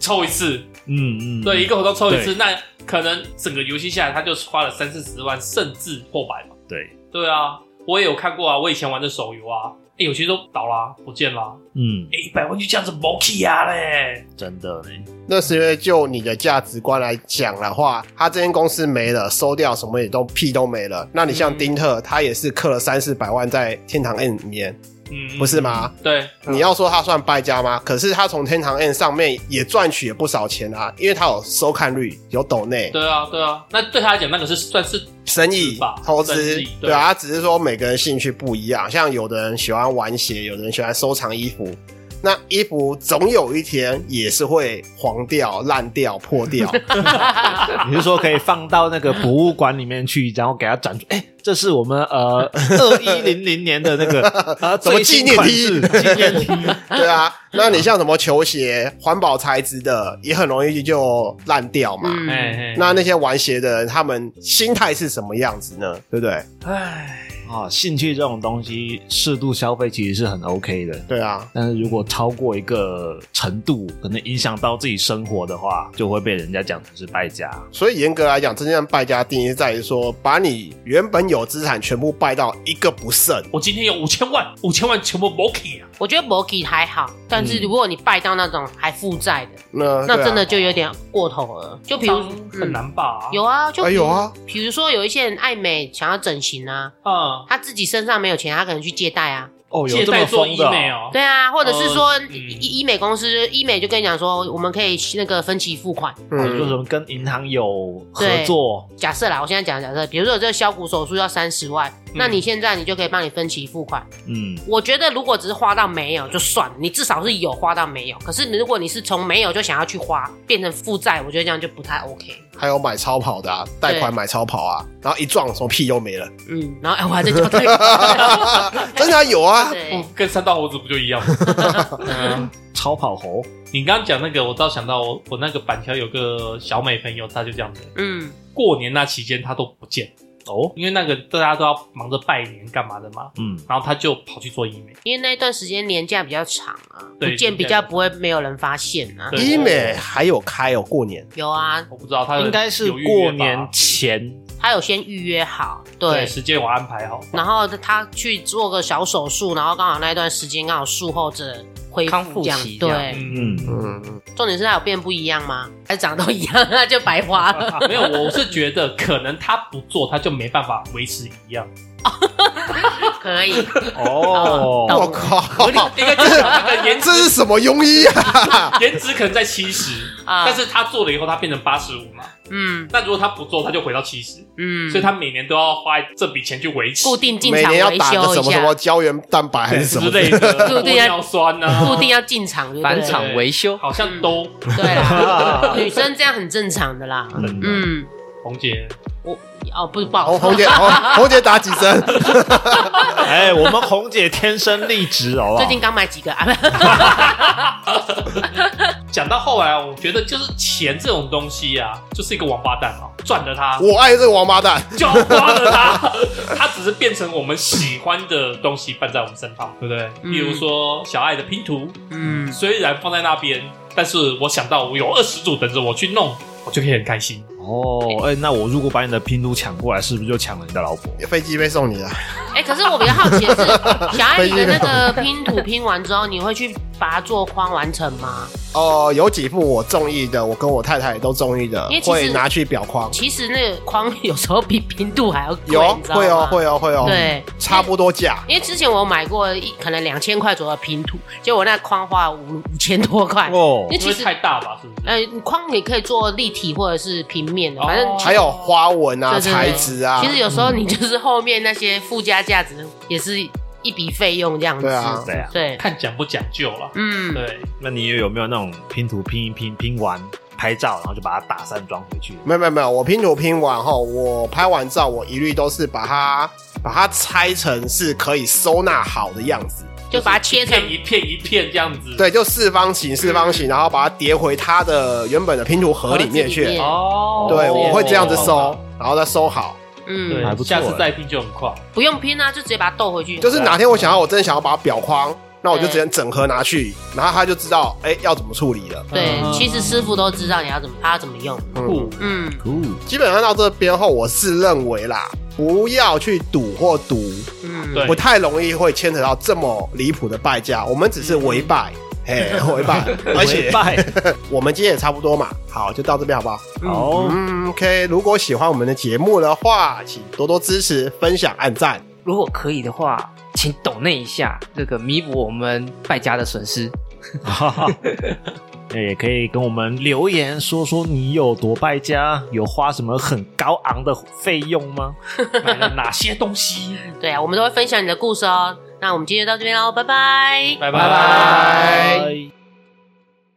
[SPEAKER 5] 抽一次，
[SPEAKER 2] 嗯嗯，
[SPEAKER 5] 对，一个活动抽一次，那可能整个游戏下来，他就花了三四十万，甚至破百嘛。
[SPEAKER 2] 对，
[SPEAKER 5] 对啊，我也有看过啊，我以前玩的手游啊，哎、有些都倒啦，不见啦，
[SPEAKER 2] 嗯，
[SPEAKER 5] 哎、一百万就这样子没起啊嘞，
[SPEAKER 2] 真的嘞。
[SPEAKER 3] 那是因为就你的价值观来讲的话，他这间公司没了，收掉什么也都屁都没了。那你像
[SPEAKER 5] 嗯
[SPEAKER 3] 丁特，他也是氪了三四百万在天堂 N 里面，
[SPEAKER 5] 嗯，
[SPEAKER 3] 不是吗？
[SPEAKER 5] 对，
[SPEAKER 3] 你要说他算败家吗？可是他从天堂 N 上面也赚取了不少钱啊，因为他有收看率，有抖内
[SPEAKER 5] 对啊，对啊，那对他来讲，那个是算是
[SPEAKER 3] 生意
[SPEAKER 5] 是吧
[SPEAKER 3] 投资
[SPEAKER 5] 生意，对
[SPEAKER 3] 对啊，他只是说每个人兴趣不一样，像有的人喜欢玩鞋，有的人喜欢收藏衣服。那衣服总有一天也是会黄掉、烂掉、破 掉，
[SPEAKER 2] 你是说可以放到那个博物馆里面去，然后给它展出？哎、这是我们 呃二一零零年的那个呃
[SPEAKER 3] 什么
[SPEAKER 2] 最新
[SPEAKER 3] 纪念
[SPEAKER 2] 款
[SPEAKER 3] 梯
[SPEAKER 2] 式纪念梯？
[SPEAKER 3] 对啊。那你像什么球鞋，环保材质的也很容易就烂掉嘛。
[SPEAKER 5] 哎、
[SPEAKER 4] 嗯，
[SPEAKER 5] 哎
[SPEAKER 3] 那那些玩鞋的人，他们心态是什么样子呢？对不对？
[SPEAKER 5] 哎，
[SPEAKER 2] 啊、兴趣这种东西，适度消费其实是很 OK 的。
[SPEAKER 3] 对啊，
[SPEAKER 2] 但是如果超过一个程度，可能影响到自己生活的话，就会被人家讲成是败家。
[SPEAKER 3] 所以严格来讲，真正的败家定义是在于说，把你原本有资产全部败到一个不剩。
[SPEAKER 5] 我今天有五千万，五千万全部没起啊，
[SPEAKER 4] 我觉得 Boki 还好，但是如果你拜到那种还负债的，
[SPEAKER 3] 那
[SPEAKER 4] 那
[SPEAKER 3] 对啊
[SPEAKER 4] 真的就有点过头了。就比如
[SPEAKER 5] 很难吧？
[SPEAKER 4] 嗯有啊，就
[SPEAKER 3] 哎有啊，
[SPEAKER 4] 比如说有一些人爱美，想要整形啊，
[SPEAKER 5] 啊，
[SPEAKER 4] 他自己身上没有钱，他可能去借贷啊，
[SPEAKER 2] 哦，
[SPEAKER 5] 借
[SPEAKER 2] 有这
[SPEAKER 5] 贷
[SPEAKER 2] 么
[SPEAKER 5] 做
[SPEAKER 2] 疯
[SPEAKER 5] 医
[SPEAKER 2] 的、
[SPEAKER 5] 美
[SPEAKER 2] 哦？
[SPEAKER 5] 哦，
[SPEAKER 4] 对啊，或者是说
[SPEAKER 5] 嗯
[SPEAKER 4] 医医美公司医美就跟你讲说，我们可以那个分期付款。
[SPEAKER 2] 嗯，就
[SPEAKER 3] 嗯，
[SPEAKER 2] 什么跟银行有合作，
[SPEAKER 4] 假设啦，我现在讲假设，比如说有这个削骨手术要三十万，
[SPEAKER 5] 嗯
[SPEAKER 4] 那你现在你就可以帮你分期付款。
[SPEAKER 2] 嗯，
[SPEAKER 4] 我觉得如果只是花到没有就算了，你至少是有花到没有。可是你如果你是从没有就想要去花，变成负债，我觉得这样就不太 OK。
[SPEAKER 3] 还有买超跑的、啊，贷款买超跑啊，然后一撞，什么屁都没了。
[SPEAKER 4] 嗯，然后哎，我还在交代。
[SPEAKER 3] 真的啊有啊，
[SPEAKER 4] 对
[SPEAKER 5] 不跟三道猴子不就一样吗？嗯
[SPEAKER 2] 超跑猴，
[SPEAKER 5] 你刚刚讲那个，我倒想到我我那个板桥有个小美朋友，她就这样子，
[SPEAKER 4] 嗯，
[SPEAKER 5] 过年那期间她都不见，
[SPEAKER 2] 哦，
[SPEAKER 5] 因为那个大家都要忙着拜年干嘛的嘛，
[SPEAKER 2] 嗯，
[SPEAKER 5] 然后她就跑去做医美。
[SPEAKER 4] 因为那一段时间年假比较长啊，不
[SPEAKER 5] 对
[SPEAKER 4] 见比较不会没有人发现啊。
[SPEAKER 5] 对
[SPEAKER 3] 医美还有开哦，过年
[SPEAKER 4] 有啊，
[SPEAKER 5] 我不知道她有
[SPEAKER 2] 应该是
[SPEAKER 5] 有预约吧
[SPEAKER 2] 过年前
[SPEAKER 4] 他有先预约好，对
[SPEAKER 5] 对，时间我安排好，
[SPEAKER 4] 然后他去做个小手术，然后刚好那一段时间刚好术后这恢
[SPEAKER 1] 康
[SPEAKER 4] 复
[SPEAKER 1] 复
[SPEAKER 4] 这样
[SPEAKER 1] 期，这样
[SPEAKER 4] 对，
[SPEAKER 5] 嗯。
[SPEAKER 2] 嗯，
[SPEAKER 3] 嗯，
[SPEAKER 4] 重点是他有变不一样吗？还是长得都一样，那就白花了。
[SPEAKER 5] 啊没有，我是觉得可能她不做，她就没办法维持 一样。
[SPEAKER 4] 可以，哦
[SPEAKER 2] 哦，
[SPEAKER 4] 懂
[SPEAKER 3] 我靠，
[SPEAKER 5] 应该就是那个颜值
[SPEAKER 3] 这，是什么庸医啊？
[SPEAKER 5] 颜值可能在七十，
[SPEAKER 4] 啊
[SPEAKER 5] 但是她做了以后，她变成八十五嘛。
[SPEAKER 4] 嗯
[SPEAKER 5] 那如果她不做，她就回到七十，
[SPEAKER 4] 嗯，
[SPEAKER 5] 所以她每年都要花这笔钱去维持
[SPEAKER 4] 固定进
[SPEAKER 3] 每
[SPEAKER 4] 场
[SPEAKER 3] 年要
[SPEAKER 4] 维
[SPEAKER 3] 打个
[SPEAKER 4] 修
[SPEAKER 3] 什
[SPEAKER 4] 一
[SPEAKER 3] 么什
[SPEAKER 4] 下
[SPEAKER 3] 么，胶原蛋白还是什
[SPEAKER 5] 之
[SPEAKER 3] 么
[SPEAKER 5] 类的，
[SPEAKER 4] 固
[SPEAKER 5] 玻
[SPEAKER 4] 定要
[SPEAKER 5] 尿酸啊，
[SPEAKER 4] 固定嗯要进场就对
[SPEAKER 1] 返
[SPEAKER 4] 了，
[SPEAKER 1] 厂维修，
[SPEAKER 5] 好像都
[SPEAKER 4] 对啦， 女生这样很正常的啦。
[SPEAKER 2] 嗯
[SPEAKER 4] 嗯，
[SPEAKER 5] 红姐
[SPEAKER 4] 我哦不不好
[SPEAKER 3] 红
[SPEAKER 4] 说
[SPEAKER 3] 红姐，红红姐打几针？
[SPEAKER 2] 哎，我们红姐天生丽质，好不好
[SPEAKER 4] 最？近刚买几个啊？
[SPEAKER 5] 讲到后来，我觉得就是钱这种东西啊，就是一个王八蛋啊，赚了它
[SPEAKER 3] 我爱这个王八蛋。
[SPEAKER 5] 就要花了它， 它只是变成我们喜欢的东西伴在我们身旁，对不对？
[SPEAKER 4] 嗯
[SPEAKER 5] 比如说小爱的拼图，
[SPEAKER 4] 嗯，
[SPEAKER 5] 虽然放在那边，但是我想到我有二十组等着我去弄，我就可以很开心。
[SPEAKER 2] 哦，哎，那我如果把你的拼图抢过来，是不是就抢了你的老婆？
[SPEAKER 3] 飞机杯送你的，
[SPEAKER 4] 哎、可是我比较好奇的是，小爱你的那 个拼图拼完之后，你会去把它做框完成吗？
[SPEAKER 3] 哦、有几副我中意的，我跟我太太都中意的
[SPEAKER 4] 因为，其实
[SPEAKER 3] 会拿去裱框。
[SPEAKER 4] 其实那个框 有时候比拼图还要贵，
[SPEAKER 3] 有
[SPEAKER 4] 你知道吗
[SPEAKER 3] 会哦，会哦，会哦，
[SPEAKER 4] 对，
[SPEAKER 3] 差不多价。
[SPEAKER 4] 因为之前我有买过一可能两千块左右的拼图，结果我那框花五五千多块。
[SPEAKER 2] 哦
[SPEAKER 4] 因为
[SPEAKER 5] 因
[SPEAKER 4] 其
[SPEAKER 5] 为
[SPEAKER 4] 实
[SPEAKER 5] 太大吧，是不是？
[SPEAKER 4] 呃，框也可以做立体或者是平面的，反正
[SPEAKER 5] 哦
[SPEAKER 3] 还有花纹啊、
[SPEAKER 4] 对对对
[SPEAKER 3] 材质啊
[SPEAKER 4] 其，实有时候你就是后面那些附加价值也是一笔费用这样子。
[SPEAKER 3] 对啊
[SPEAKER 2] 对啊
[SPEAKER 4] 对
[SPEAKER 5] 看讲不讲究了。
[SPEAKER 4] 嗯，
[SPEAKER 5] 对，
[SPEAKER 2] 那你有没有那种拼图拼一拼拼完拍照，然后就把它打散装回去？
[SPEAKER 3] 没有没有没有，我拼图拼完后，我拍完照，我一律都是把它把它拆成是可以收纳好的样子。
[SPEAKER 4] 就把它切
[SPEAKER 5] 一
[SPEAKER 4] 成
[SPEAKER 5] 片一片一片这样子。
[SPEAKER 3] 对，就四方形、四方形，然后把它叠回它的原本的拼图盒里面
[SPEAKER 4] 盒子里
[SPEAKER 3] 去
[SPEAKER 4] 面。
[SPEAKER 5] 哦，
[SPEAKER 3] 对，
[SPEAKER 4] 哦
[SPEAKER 3] 我会这样子收
[SPEAKER 5] 哦。，
[SPEAKER 3] 然后再收好。
[SPEAKER 4] 嗯，
[SPEAKER 2] 还不错
[SPEAKER 5] 对，下次再拼就很快。
[SPEAKER 4] 不用拼啊，就直接把它斗回去。
[SPEAKER 3] 就是哪天我想要，我真的想要把它裱框，那我就
[SPEAKER 4] 嗯
[SPEAKER 3] 直接整盒拿去，然后他就知道哎、要怎么处理了。
[SPEAKER 4] 对，
[SPEAKER 5] 嗯
[SPEAKER 4] 其实师傅都知道你要怎么，他要怎么用。
[SPEAKER 5] 不，
[SPEAKER 4] 嗯，
[SPEAKER 2] Cool
[SPEAKER 3] 基本上到这边后，我是认为啦，不要去赌或赌，
[SPEAKER 4] 嗯，
[SPEAKER 5] 对
[SPEAKER 3] 不太容易会牵扯到这么离谱的败家。我们只
[SPEAKER 4] 嗯
[SPEAKER 3] 是为败，嘿， 为败，而且
[SPEAKER 2] 拜
[SPEAKER 3] 我们今天也差不多嘛。好，就到这边好不好？
[SPEAKER 2] 好，
[SPEAKER 3] 嗯，OK。如果喜欢我们的节目的话，请多多支持、分享、按赞。
[SPEAKER 1] 如果可以的话，请抖那一下，这个弥补我们败家的损失。
[SPEAKER 2] 哈哈，那 也可以跟我们留言说说你有多败家，有花什么很高昂的费用吗？
[SPEAKER 5] 买了哪些东西？
[SPEAKER 4] 对啊，我们都会分享你的故事哦。那我们今天就到这边喽，拜拜。
[SPEAKER 5] 拜
[SPEAKER 3] 拜拜
[SPEAKER 2] 拜。